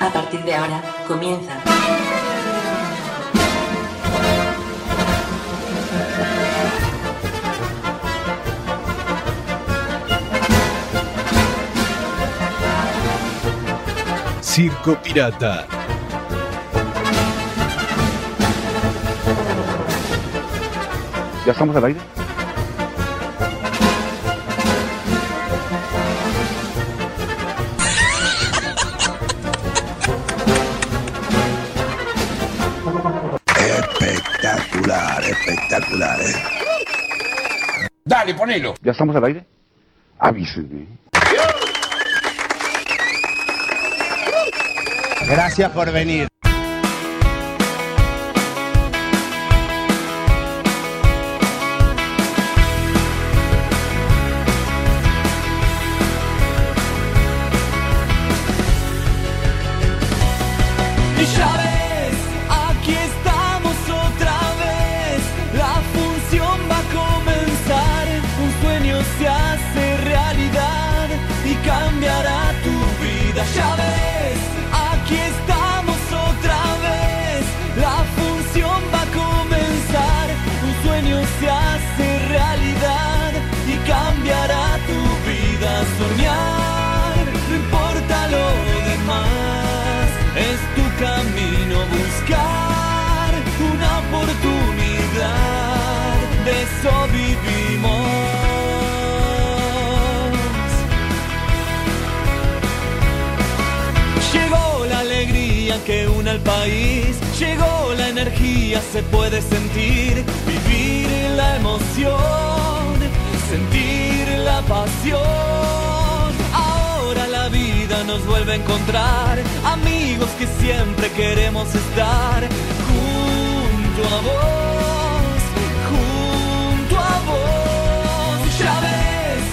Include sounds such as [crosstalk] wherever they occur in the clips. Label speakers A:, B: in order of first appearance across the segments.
A: A partir de ahora, comienza.
B: Circo Pirata.
C: ¿Ya estamos al aire?
D: Espectacular, espectacular. Dale, ponelo.
C: ¿Ya estamos al aire? Avísenme.
D: Gracias por venir.
E: Y ya ves, aquí estamos otra vez. La función va a comenzar. Un sueño se hace realidad y cambiará tu vida. Ya ves, aquí estamos otra vez. La función va a comenzar. Un sueño se hace realidad y cambiará tu vida. Soñar, no importa lo demás es tu camino buscar una oportunidad, de eso vivimos. Llegó la alegría que une al país, llegó la energía, se puede sentir, vivir la emoción, sentir la pasión. Ahora la vida nos vuelve a encontrar, amigos que siempre queremos estar junto a vos, junto a vos. Ya ves,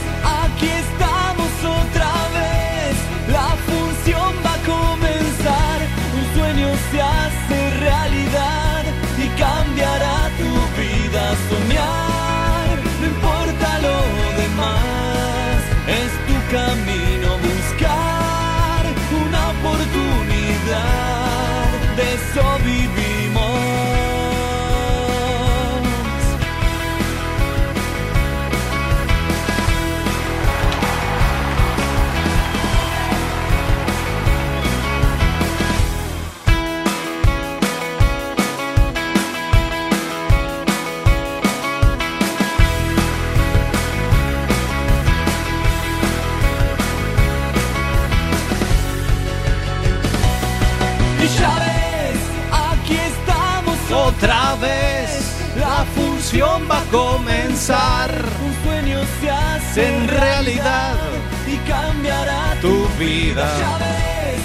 E: aquí estamos otra vez, la función va a comenzar, un sueño se hace realidad y cambiará tu vida. Soñar, no importa lo demás, es tu camino buscar una oportunidad, de eso vivimos. Y ya ves, aquí estamos otra vez. La función va a comenzar. Un sueño se hace en realidad y cambiará tu vida. Ya ves,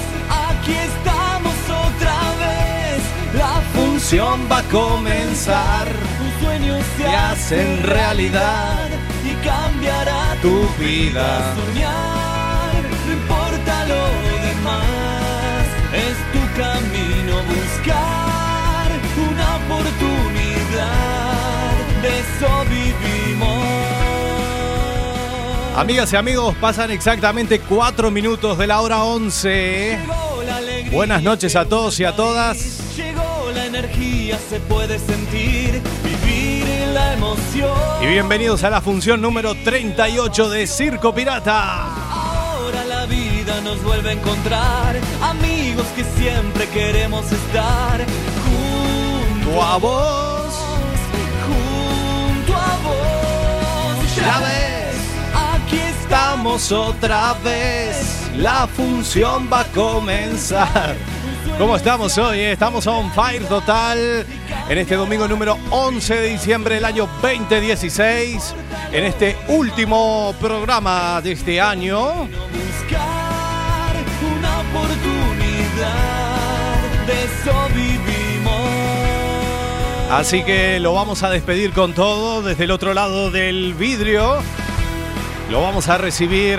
E: aquí estamos otra vez. La función va a comenzar. Un sueño se hace en realidad y cambiará tu vida. Soñar, no importa lo demás, es tu camino buscar una oportunidad, de eso vivimos.
B: Amigas y amigos, pasan exactamente 4 minutos de la hora 11.
E: Llegó la alegría
B: Buenas noches a todos y a
E: que une
B: todas.
E: al país. Llegó la energía, se puede sentir, vivir en la emoción.
B: Y bienvenidos a la función número 38 de Circo Pirata.
E: Ahora la vida nos vuelve a encontrar, amigos que siempre queremos estar junto
B: Tu a vos.
E: junto a vos. Ya ves, aquí
B: Estamos otra vez. La función va a comenzar. ¿Cómo estamos hoy? eh? Estamos on fire total. en este domingo número 11 de diciembre del año 2016, en este último programa de este año.
E: buscar una oportunidad, de eso vivimos.
B: Así que lo vamos a despedir con todo desde el otro lado del vidrio. Lo vamos a recibir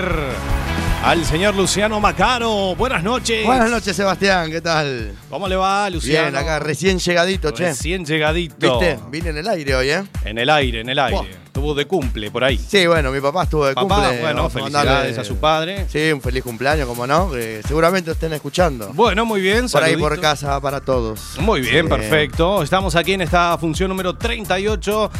B: al señor Luciano Macaro. Buenas noches.
F: Buenas noches, Sebastián, ¿qué tal?
B: ¿Cómo le va, Luciano?
F: Bien, acá, recién llegadito, che.
B: Recién llegadito.
F: ¿Viste? Vine en el aire hoy, ¿eh?
B: En el aire, en el aire.
F: Buah.
B: Estuvo de cumple por ahí.
F: Sí, bueno, mi papá estuvo de
B: Papá,
F: cumple.
B: bueno,
F: vamos a mandarle-
B: felicidades a su padre.
F: Sí, un feliz cumpleaños, como no, que seguramente estén escuchando.
B: Bueno, muy bien.
F: por ahí
B: saluditos.
F: por casa para todos. Eh,
B: Muy bien,
F: Sí.
B: perfecto. Estamos aquí en esta función número 38,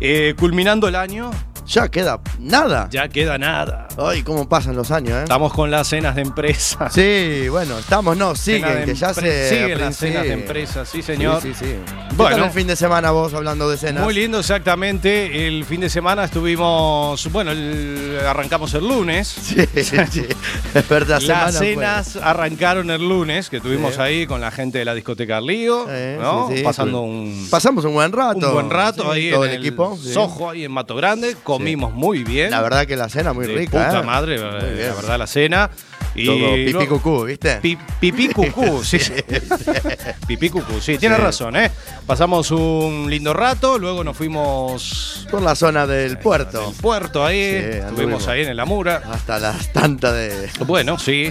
B: eh, culminando el año.
F: Ya queda nada.
B: Ya queda nada.
F: Ay, cómo pasan los años, ¿eh?
B: Estamos con las cenas de empresa.
F: Sí, bueno, estamos, no,
B: Cena
F: siguen,
B: de
F: que ya
B: empre-
F: se.
B: Siguen las
F: sí.
B: cenas de empresa, sí, señor.
F: Sí, sí, sí.
B: Bueno.
F: Bueno. el fin de semana vos hablando de cenas?
B: Muy lindo, exactamente. El fin de semana estuvimos, bueno, el- arrancamos el lunes.
F: Sí,
B: [laughs]
F: sí. Es verdad, semana pues.
B: Las
F: fue.
B: cenas arrancaron el lunes, que tuvimos
F: Sí.
B: ahí con la gente de la discoteca Río,
F: Eh,
B: ¿no?
F: sí, sí,
B: Pasando
F: pues,
B: un,
F: Pasamos un buen rato.
B: un buen rato
F: Sí,
B: ahí
F: Todo
B: en
F: el equipo. sí.
B: Sojo, ahí en Mato Grande. Comimos muy bien.
F: La verdad que la cena muy
B: ¿eh? de
F: rica.
B: puta
F: ¿eh?
B: madre,
F: Muy bien.
B: la verdad, la cena. Y
F: Todo pipí
B: luego-
F: cucú, ¿viste?
B: Pi- Pipí
F: [laughs]
B: cucú, sí. Pipí cucú, sí, tiene
F: Sí.
B: razón, ¿eh? Pasamos un lindo rato, luego nos fuimos
F: Por la zona del puerto.
B: al puerto ahí,
F: Sí,
B: estuvimos
F: anduvimos.
B: ahí en la Mura.
F: Hasta las tantas de.
B: Bueno, sí.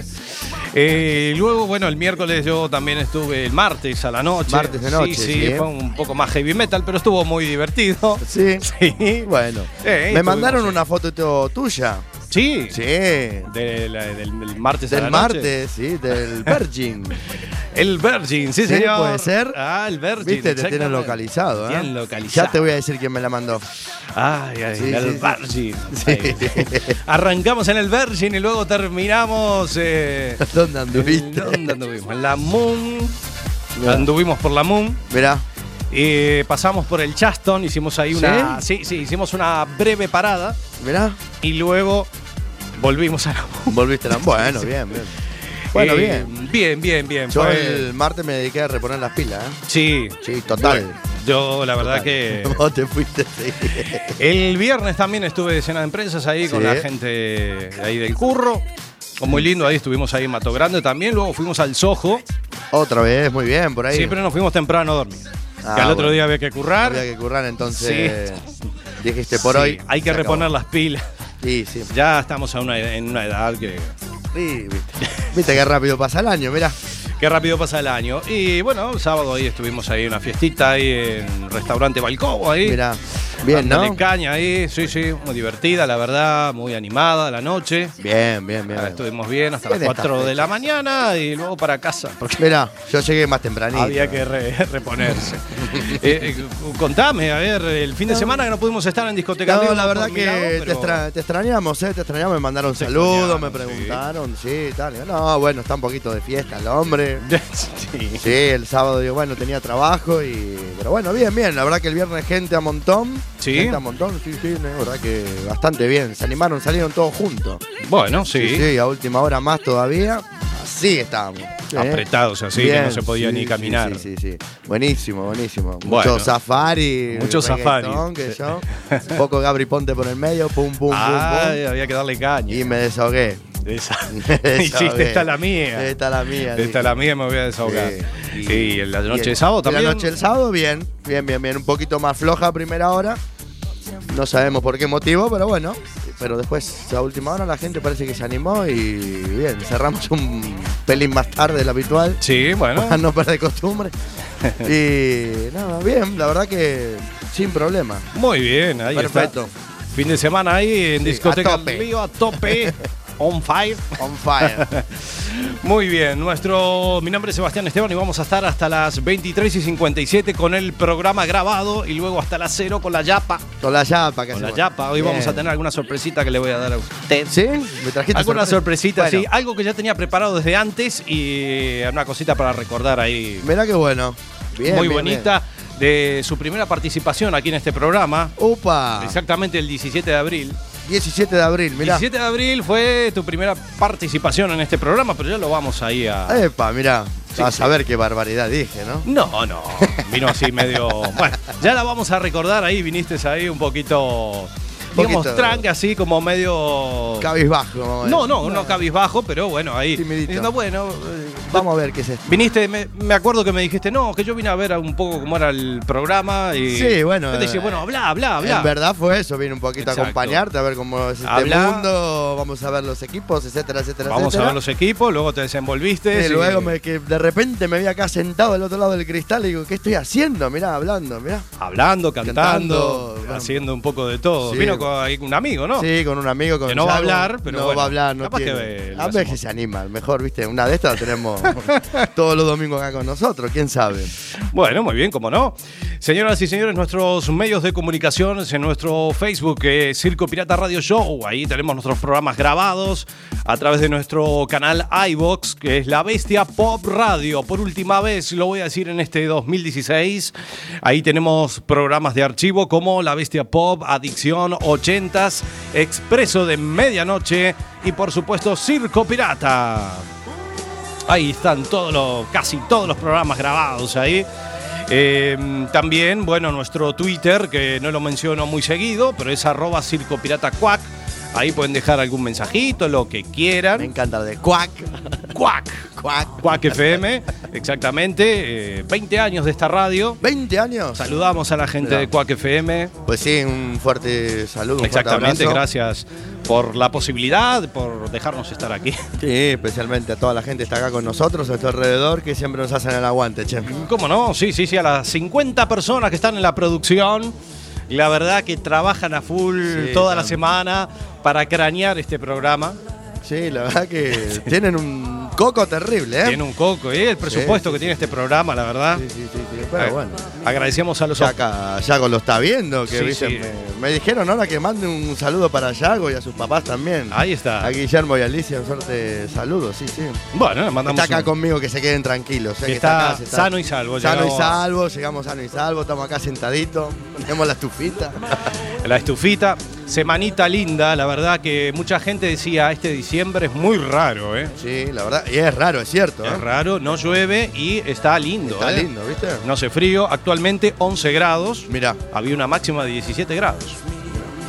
B: Eh, luego, bueno, el miércoles yo también estuve el martes a la noche.
F: Martes de noche,
B: Sí, sí,
F: sí.
B: fue un poco más heavy metal, pero estuvo muy divertido.
F: Sí.
B: Sí,
F: [laughs] Bueno.
B: Eh,
F: Me
B: estuvimos
F: mandaron
B: ahí.
F: una foto tu- tuya.
B: Sí.
F: Sí.
B: De la- del, del martes a la
F: Del
B: noche.
F: martes, sí, del
B: [laughs]
F: Virgin.
B: El Virgin, sí,
F: Sí,
B: señor.
F: puede ser.
B: Ah, el Virgin.
F: Viste, te tienen
B: exactamente.
F: localizado, ¿eh?
B: Tienen localizado.
F: Ya te voy a decir quién me la mandó. [laughs]
B: Ay, ay,
F: Sí,
B: el
F: sí, sí.
B: Virgin.
F: Sí.
B: Ay. Arrancamos en el Virgin y luego terminamos.
F: [laughs]
B: eh,
F: ¿Dónde
B: ¿en
F: anduviste?
B: ¿Dónde anduvimos? En la Moon. Anduvimos por la Moon.
F: Mirá.
B: eh, pasamos por el Chaston. Hicimos ahí una. ¿Sí? sí, hicimos una breve parada.
F: Mirá.
B: Y luego volvimos a la Moon.
F: Volviste la. Bueno, bien, bien. Bueno,
B: Eh,
F: bien.
B: Bien, bien, bien.
F: Yo
B: Fue-
F: el martes me dediqué a reponer las pilas, ¿eh?
B: Sí.
F: Sí, total.
B: Bueno, yo, la verdad que.
F: [laughs] Vos te fuiste, sí.
B: El viernes también estuve de cena de empresas ahí con
F: Sí.
B: la gente de ahí del curro. Fue Muy lindo, ahí estuvimos ahí en Mato Grande también. Luego fuimos al Sojo.
F: Otra vez, muy bien, por ahí.
B: Siempre nos fuimos temprano a dormir.
F: Ah,
B: que al otro
F: bueno.
B: día había que currar.
F: Había que currar, entonces.
B: Sí.
F: Dijiste por
B: Sí,
F: hoy.
B: Hay que
F: se
B: reponer
F: acabó.
B: las pilas. [laughs]
F: Sí, sí.
B: Ya estamos a una ed- en una edad que.
F: Sí, viste. Viste qué rápido pasa el año, mirá.
B: Qué rápido pasa el año. Y bueno, el sábado ahí estuvimos ahí en una fiestita ahí en restaurante Balcobo ahí.
F: Mirá. Bien,
B: Dándole
F: ¿no?
B: caña ahí, sí, sí, muy divertida, la verdad, muy animada la noche.
F: Bien, bien,
B: Ahora
F: bien.
B: estuvimos bien hasta las
F: Bien esta
B: 4 de
F: fecha.
B: la mañana y luego para casa, porque
F: Mirá, yo llegué más tempranito.
B: había que re- [laughs] reponerse. Eh, eh, contame, a ver, el fin de semana que no pudimos estar en discoteca.
F: No,
B: Amigo
F: la
B: por
F: verdad
B: mi
F: que
B: lado,
F: te,
B: pero-
F: extra- te extrañamos, ¿eh? Te extrañamos, me mandaron
B: Te
F: saludos, me
B: extrañaron, sí.
F: preguntaron, sí, tal. Digo, No, bueno, está un poquito de fiesta el hombre.
B: [laughs] Sí.
F: Sí, el sábado, digo, bueno, tenía trabajo y... Pero bueno, bien, bien. La verdad que el viernes gente a montón.
B: Sí.
F: Gente a montón, sí, sí. La verdad que bastante bien. Se animaron, salieron todos juntos.
B: Bueno, sí,
F: Sí, sí, a última hora más todavía. Así estábamos. Sí.
B: apretados así, que
F: Bien,
B: no se podía
F: sí,
B: ni
F: sí,
B: caminar.
F: Sí, sí, sí. Buenísimo, buenísimo.
B: Bueno.
F: Mucho safari.
B: Mucho safari.
F: reggaetón, Que yo. Un poco Gabri Ponte por el medio, pum, pum, pum,
B: Ay,
F: pum.
B: Ah, había que darle caña.
F: Y me desahogué. [laughs]
B: Esa-
F: Me desahogué.
B: [laughs] Hiciste esta la mía.
F: Esta la mía.
B: Esta
F: dije.
B: la mía me voy a desahogar.
F: Sí.
B: Y, en la noche
F: Bien.
B: de sábado
F: Y
B: también.
F: La noche del sábado, bien. Bien, bien, bien. Un poquito más floja a primera hora. No sabemos por qué motivo, pero bueno. Pero después, a última hora, la gente parece que se animó y bien, cerramos un pelín más tarde de lo habitual.
B: Sí, bueno.
F: Para no perder costumbre. Y nada, bien, la verdad que sin problema.
B: Muy bien, ahí
F: Perfecto.
B: está. Fin de semana ahí en
F: Sí,
B: discoteca
F: a tope.
B: Río a tope.
F: [laughs]
B: On fire.
F: On fire.
B: Muy bien, nuestro, mi nombre es Sebastián Esteban y vamos a estar hasta las 23 y 57 con el programa grabado y luego hasta las 0 con la yapa.
F: Con la yapa que
B: Con la
F: hacemos.
B: yapa, hoy vamos
F: Bien.
B: a tener alguna sorpresita que le voy a dar a usted.
F: ¿Sí? ¿Me trajiste
B: Alguna sorpresita,
F: Bueno,
B: sí. Algo que ya tenía preparado desde antes y una cosita para recordar ahí.
F: Mirá qué bueno. Bien,
B: muy
F: bien,
B: bonita de su primera participación aquí en este programa.
F: bien. Upa.
B: Exactamente el 17 de abril.
F: 17 de abril, Ah. mirá.
B: 17 de abril fue tu primera participación en este programa, pero ya lo vamos ahí a,
F: Epa, mirá. A saber qué barbaridad dije, ¿no?
B: No, no. Vino así medio. Bueno, ya la vamos a recordar ahí. Viniste ahí un poquito. Digamos,
F: Poquito.
B: tranque, así como medio.
F: Cabizbajo, vamos a ver.
B: No, no, no cabizbajo, pero bueno, ahí.
F: Timidito.
B: Diciendo, bueno. eh,
F: Vamos a ver qué es esto.
B: Viniste, me, me acuerdo que me dijiste, no, que yo vine a ver a un poco cómo era el programa y.
F: Sí, bueno,
B: Yo te decía,
F: eh,
B: bueno, habla, habla, habla.
F: En verdad fue eso, vine un poquito
B: Exacto.
F: a acompañarte, a ver cómo es este
B: Habla.
F: mundo, vamos a ver los equipos, etcétera, etcétera,
B: Vamos a
F: etcétera.
B: ver los equipos, luego te desenvolviste.
F: Y
B: sí.
F: luego me, que de repente me vi acá sentado al otro lado del cristal y digo, ¿qué estoy haciendo? Mirá, hablando, mirá.
B: Hablando, cantando,
F: Cantando, bueno.
B: haciendo un poco de todo.
F: Sí.
B: Vino con ahí un amigo, ¿no?
F: Sí, con un amigo con
B: Que no va a
F: Thiago.
B: hablar, pero
F: No
B: bueno,
F: va a hablar, no
B: capaz que
F: tiene.
B: ve- lo
F: a ver
B: hacemos.
F: si se anima, mejor, ¿viste? Una de estas la
B: [laughs]
F: tenemos todos los domingos acá con nosotros, quién sabe.
B: Bueno, muy bien, cómo no. Señoras y señores, nuestros medios de comunicación en nuestro Facebook, eh, Circo Pirata Radio Show. Ahí tenemos nuestros programas grabados a través de nuestro canal iBox, que es La Bestia Pop Radio. Por última vez, lo voy a decir en este 2016. Ahí tenemos programas de archivo como La Bestia Pop, Adicción 80s, Expreso de Medianoche y, por supuesto, Circo Pirata. Ahí están todos los, casi todos los programas grabados ahí. Eh, también, bueno, nuestro Twitter, que no lo menciono muy seguido, pero es arroba circopiratacuac. Ahí pueden dejar algún mensajito, lo que
F: Me
B: quieran.
F: encanta lo de cuac,
B: Cuac.
F: cuac.
B: Cuac FM, exactamente. Eh, 20 años de esta radio.
F: ¿20 años?
B: Saludamos a la gente de Cuac FM.
F: Pues sí, un fuerte saludo. un fuerte
B: Exactamente,
F: abrazo.
B: gracias por la posibilidad, por dejarnos estar aquí.
F: Sí, especialmente a toda la gente que está acá con nosotros, a nuestro alrededor, que siempre nos hacen el aguante, che.
B: ¿Cómo no? Sí, sí, sí, a las 50 personas que están en la producción. La verdad que trabajan a full
F: Sí,
B: toda la
F: tam-
B: semana para cranear este programa.
F: Sí, la verdad que tienen un coco terrible, ¿eh?
B: Tiene un coco, ¿eh? El presupuesto que tiene este programa, la verdad.
F: Sí, sí, sí, sí, pero
B: Ag-
F: bueno.
B: Agradecemos a los
F: Ya acá, Yago lo está viendo, que
B: Sí,
F: dicen,
B: sí.
F: Me, me dijeron ahora que mande un saludo para Yago y a sus papás también.
B: Ahí está.
F: A Guillermo y a Alicia, un suerte saludo, sí, sí.
B: Bueno, le mandamos.
F: Está acá
B: un-
F: conmigo, que se queden tranquilos. eh, que
B: Está
F: acá, se
B: sano y salvo,
F: Sano
B: llegamos.
F: y salvo, llegamos sano y salvo, estamos acá sentaditos, [laughs] tenemos la estufita.
B: La estufita. Semanita linda, la verdad que mucha gente decía, este diciembre es muy raro, ¿eh?
F: Sí, la verdad, y es raro, es cierto. ¿eh?
B: Es raro, no llueve y está lindo.
F: Está
B: ¿eh?
F: lindo, ¿viste?
B: No hace frío, actualmente 11 grados.
F: Mirá,
B: Había una máxima de 17 grados.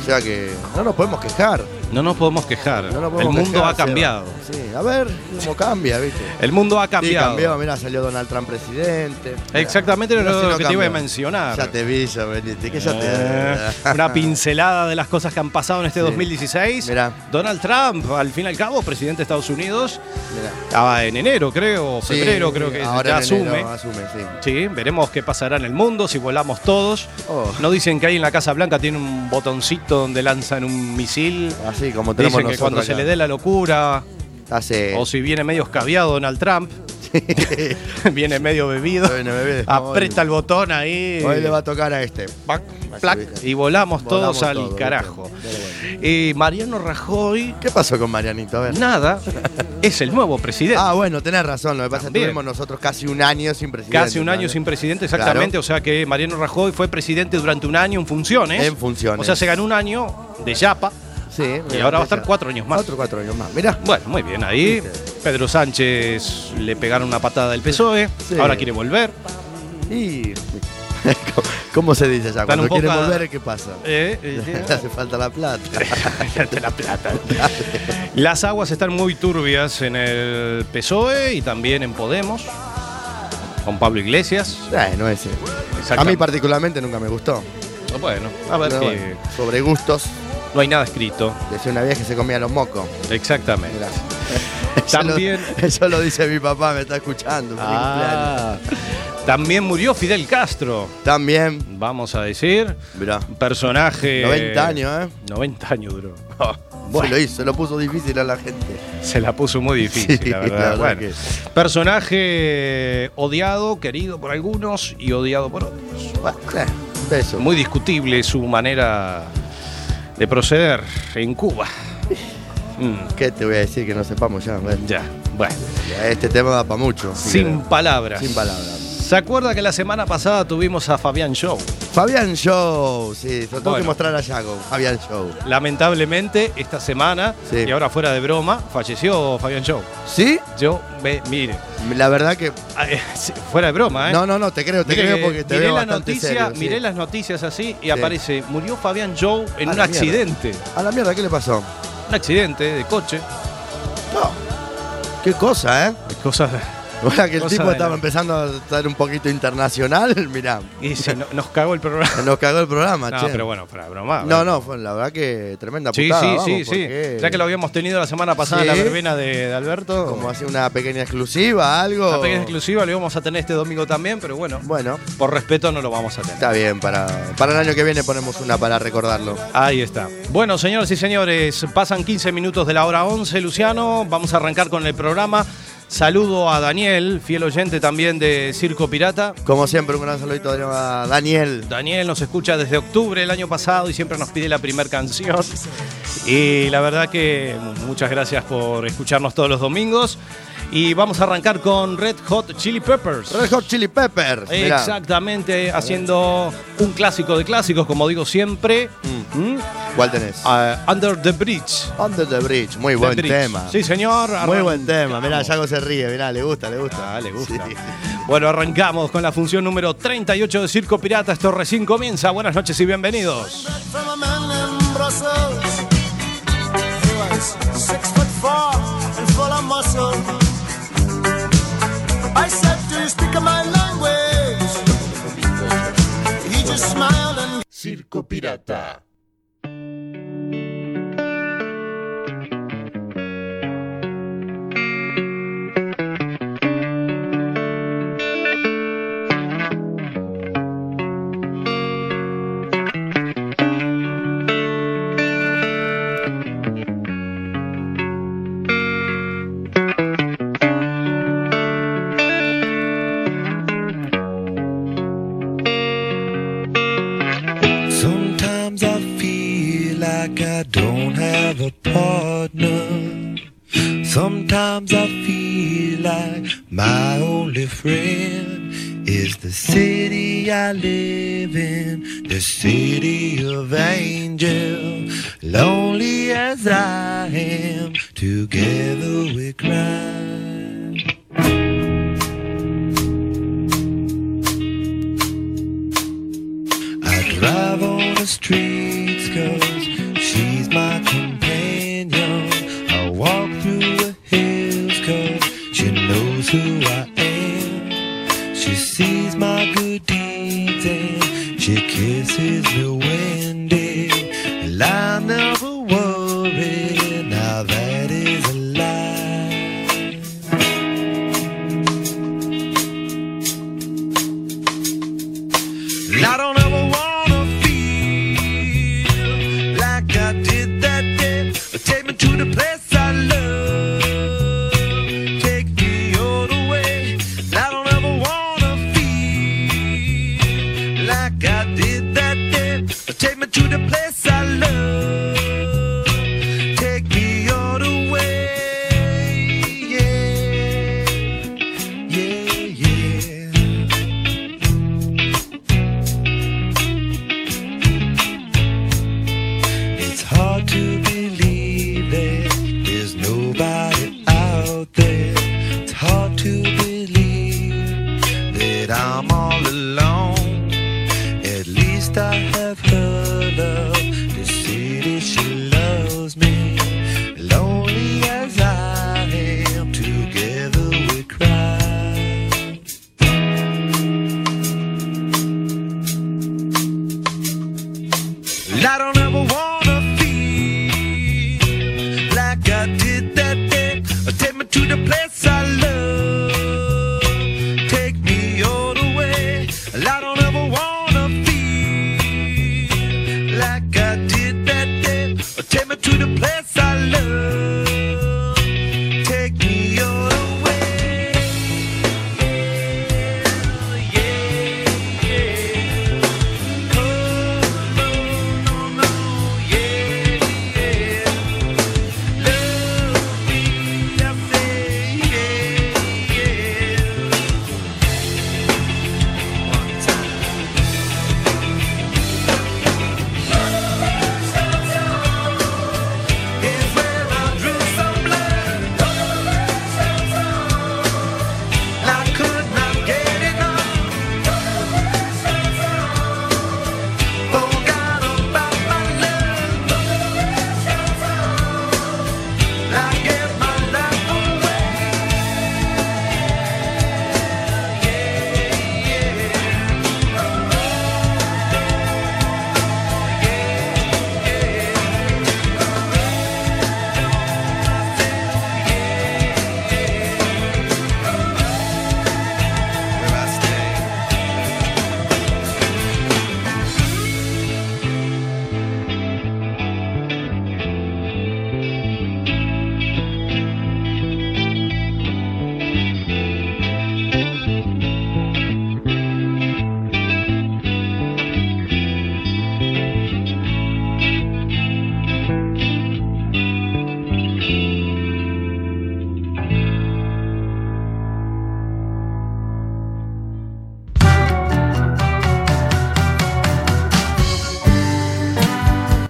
F: o sea que no nos podemos quejar.
B: No nos podemos quejar.
F: no
B: el
F: nos podemos
B: mundo
F: quejar,
B: ha cambiado.
F: Seba. Sí, a ver cómo cambia, ¿viste?
B: El mundo ha cambiado.
F: Sí, cambió, mira, salió Donald Trump presidente. Mirá,
B: Exactamente
F: mirá
B: lo
F: si no
B: que te iba a
F: cambió.
B: mencionar.
F: Ya te vi, ya veniste, que ya
B: Eh,
F: te.
B: una pincelada de las cosas que han pasado en este 2016.
F: Mirá.
B: Donald Trump, al fin y al cabo, presidente de Estados Unidos,
F: [laughs] Mirá.
B: ah, en enero creo,
F: Sí,
B: febrero creo que
F: ahora
B: ya
F: en enero
B: asume.
F: asume, sí.
B: Sí, veremos qué pasará en el mundo, si volamos todos.
F: Oh.
B: No dicen que ahí en la Casa Blanca tiene un botoncito donde lanzan un misil.
F: Así como tenemos
B: Dicen que
F: nosotros
B: cuando se
F: acá. Eh.
B: le dé la locura,
F: Hace.
B: o si viene medio escabiado Donald Trump, [laughs] viene medio bebido,
F: [laughs] Bueno, bebé,
B: [laughs] aprieta
F: hoy-
B: el botón ahí.
F: Hoy le va a tocar a este.
B: Pac,
F: Así,
B: plac,
F: ¿viste?
B: y volamos, todos
F: Volamos
B: al
F: todos,
B: carajo.
F: ¿viste? Pero bueno.
B: Y Mariano Rajoy,
F: ¿Qué pasó con Marianito? A ver.
B: nada, es el nuevo presidente.
F: Ah, bueno, tenés razón. Lo que pasa es que
B: También.
F: tuvimos nosotros casi un año sin presidente.
B: Casi un año
F: ¿no?
B: sin presidente, exactamente.
F: Claro.
B: O sea que Mariano Rajoy fue presidente durante un año en funciones.
F: En funciones.
B: O sea, se ganó un año de yapa.
F: Sí.
B: Y ahora va a estar cuatro años más.
F: Cuatro, cuatro años más. Mirá.
B: Bueno, muy bien ahí. Pedro Sánchez le pegaron una patada del PSOE.
F: Sí.
B: E, Ahora quiere
F: [laughs]
B: volver.
F: Y. [laughs] ¿Cómo se dice ya?
B: Están
F: Cuando
B: un
F: quieren
B: poco-
F: volver, ¿qué pasa?
B: Eh,
F: [laughs]
B: eh,
F: Le hace falta
B: [laughs]
F: la plata.
B: Te la plata. Las aguas están muy turbias en el PSOE E y también en Podemos. Con Pablo Iglesias.
F: Bueno, ese. A
B: Exactam-
F: mí particularmente nunca me gustó.
B: Bueno, a ver
F: Pero
B: que
F: bueno, sobre gustos,
B: no hay nada escrito.
F: decía una vieja que se comía los mocos.
B: Exactamente.
F: Mirá.
B: También-
F: [laughs] Eso lo, eso lo dice mi papá, me está escuchando. feliz
B: Ah, también murió Fidel Castro,
F: cumpleaños. También,
B: vamos a decir.
F: mirá,
B: Un personaje.
F: 90 años, ¿eh?
B: 90 años duró.
F: [laughs] Se lo hizo, lo puso difícil a la gente.
B: Se la puso muy difícil,
F: Sí,
B: la verdad.
F: la verdad
B: Bueno,
F: que-
B: Personaje odiado, querido por algunos y odiado por otros.
F: Bueno, eh, beso.
B: Muy discutible su manera de proceder en Cuba. Mm,
F: ¿Qué te voy a decir que no sepamos ya? Bueno,
B: ya, bueno.
F: Este tema da para mucho. así
B: Sin
F: que-
B: palabras.
F: sin palabras.
B: ¿Se acuerda que la semana pasada tuvimos a Fabián Show?
F: Fabián Show, sí, se lo tengo
B: Bueno.
F: que mostrar a Jaco. Fabián Show.
B: Lamentablemente, esta semana,
F: Sí.
B: y ahora fuera de broma, falleció Fabián Show.
F: ¿Sí?
B: Yo, ve, mire,
F: La verdad que.
B: ah, eh, sí, fuera de broma, ¿eh?
F: No, no, no, te creo, te
B: Mire
F: creo
B: que
F: porque te
B: miré
F: veo
B: la
F: bastante
B: noticia,
F: serio, sí.
B: miré las noticias así y aparece, murió Fabián Joe en
F: A
B: un
F: la mierda.
B: accidente,
F: A la mierda, ¿qué le pasó?
B: un accidente de coche.
F: No. Qué cosa, ¿eh?
B: Cosas
F: Ahora que el
B: Cosa
F: tipo
B: de
F: estaba
B: la-
F: empezando a estar un poquito internacional, [laughs] mirá,
B: y se no- nos cagó el programa.
F: nos cagó el programa,
B: No,
F: che.
B: Ah, pero bueno, fuera de broma.
F: no, no, fue la verdad que tremenda
B: Sí,
F: putada.
B: sí,
F: vamos,
B: sí, sí.
F: porque-
B: Ya que lo habíamos tenido la semana pasada en
F: Sí.
B: la verbena de, de Alberto.
F: Como hace una pequeña exclusiva, algo.
B: Una pequeña exclusiva lo íbamos a tener este domingo también, pero bueno,
F: Bueno,
B: por respeto no lo vamos a tener.
F: está bien, para, para el año que viene ponemos una para recordarlo.
B: Ahí está. Bueno, señoras y señores, pasan 15 minutos de la hora 11, Luciano. Vamos a arrancar con el programa. Saludo a Daniel, fiel oyente también de Circo Pirata.
F: Como siempre, un gran saludito a Daniel.
B: Daniel nos escucha desde octubre del año pasado y siempre nos pide la primera canción. Y la verdad que muchas gracias por escucharnos todos los domingos. Y vamos a arrancar con Red Hot Chili Peppers.
F: Red Hot Chili Peppers. mirá.
B: Exactamente, haciendo un clásico de clásicos, como digo siempre. ¿Mm?
F: ¿Cuál tenés?
B: Ah, Under the Bridge.
F: Under the Bridge. Muy buen
B: The Bridge.
F: tema.
B: Sí, señor.
F: Muy
B: Arran-
F: buen tema. Mirá, Yago se ríe. Mirá, le gusta, le gusta.
B: Ah, le gusta.
F: Sí.
B: Bueno, arrancamos con la función número 38 de Circo Pirata. Esto recién comienza. Buenas noches y bienvenidos.
G: from a man in Brussels. He was six foot four and full of muscle. I said, Do you speak my language? He just smiled and
D: Sometimes I feel like I don't have a partner. Sometimes I feel like my only friend is the city I live in, the city of angel. Lonely as I am, together we cry. I drive on the streets cause she's my companion. I walk through the hills cause she knows who I am. She sees my good deeds and she kisses the wind. And I never worry, now that is a lie. And I don't ever wanna feel like I did that day. Take me to the place I love. Take me all the way. And I don't ever wanna feel like I did that day. Take me to the place I love. Take me all the way. Yeah, yeah, yeah. It's hard to believe that there's nobody out there. It's hard to believe that I'm all alone. At least I have her love. The city she loves me. Lonely as I am, together we cry. And I don't ever wanna feel like I did that day. Take me to the place I love. Take me all the way. And I don't ever wanna feel like I did that day. Take me to the place I love. Take me all the way. Yeah, yeah. Oh, no, no, no.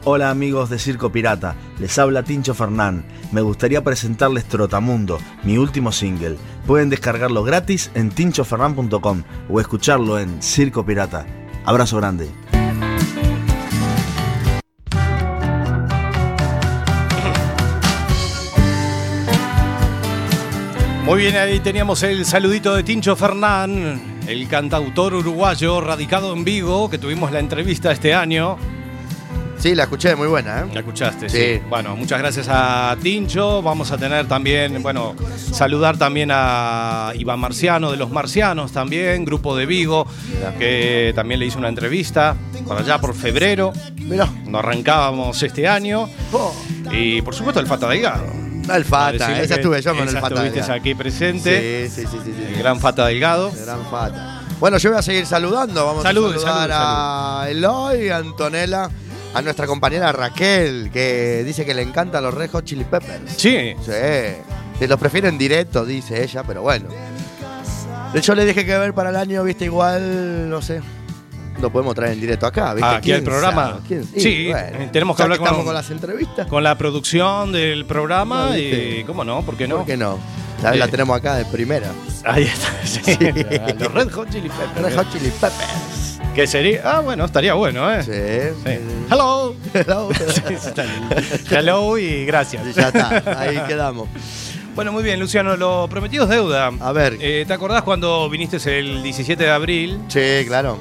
H: Hola amigos de Circo Pirata, les habla Tincho Fernán. Me gustaría presentarles Trotamundo, mi último single. Pueden descargarlo gratis en tinchofernan.com o escucharlo en Circo Pirata. Abrazo grande.
B: Muy bien, ahí teníamos el saludito de Tincho Fernán, el cantautor uruguayo radicado en Vigo, que tuvimos la entrevista este año.
F: Sí, la escuché, muy buena, ¿eh?
B: La escuchaste, sí.
F: Sí.
B: Bueno, muchas gracias a Tincho. Vamos a tener también, bueno, saludar también a Iván Marciano de los Marcianos también, grupo de Vigo, que también le hizo una entrevista para allá por febrero.
F: Mirá,
B: Nos arrancábamos este año. Y por supuesto el Fata Delgado.
F: el Fata,
B: Decirle
F: esa
B: que
F: estuve yo con
B: esa
F: el Fata.
B: estuviste
F: digamos.
B: aquí presente,
F: Sí, sí, sí, sí, sí.
B: el gran Fata Delgado.
F: El gran Fata. Bueno, yo voy a seguir saludando. Vamos
B: Salud,
F: a saludar
B: salud,
F: a Eloy, a Antonella, a nuestra compañera Raquel, que dice que le encantan los Red Hot Chili Peppers.
B: Sí,
F: Sí. Se los prefiere en directo, dice ella, pero bueno. Yo le dije que ver para el año, viste, igual, no sé. Lo podemos traer en directo acá, ¿viste?
B: Ah, aquí al
F: ¿Quién
B: programa.
F: sabe? ¿Quién-
B: Sí, eh, tenemos que
F: ya
B: hablar con-
F: estamos con las entrevistas.
B: con la producción del programa
F: No,
B: y
F: viste.
B: cómo no, ¿por qué no?
F: ¿Por qué no? Ya
B: Sí.
F: La tenemos acá de primera.
B: [laughs] Ahí está, sí. [laughs] Los Red Hot Chili Peppers.
F: Red Hot Chili Peppers.
B: Que sería, ah, bueno, estaría bueno, ¿eh?
F: Sí.
B: Sí. Hello. [laughs]
F: Hello.
B: Hello y gracias.
F: Y ya está, ahí quedamos.
B: Bueno, muy bien, Luciano, lo prometido es deuda.
F: A ver.
B: Eh, ¿Te acordás cuando viniste el 17 de abril?
F: Sí, claro.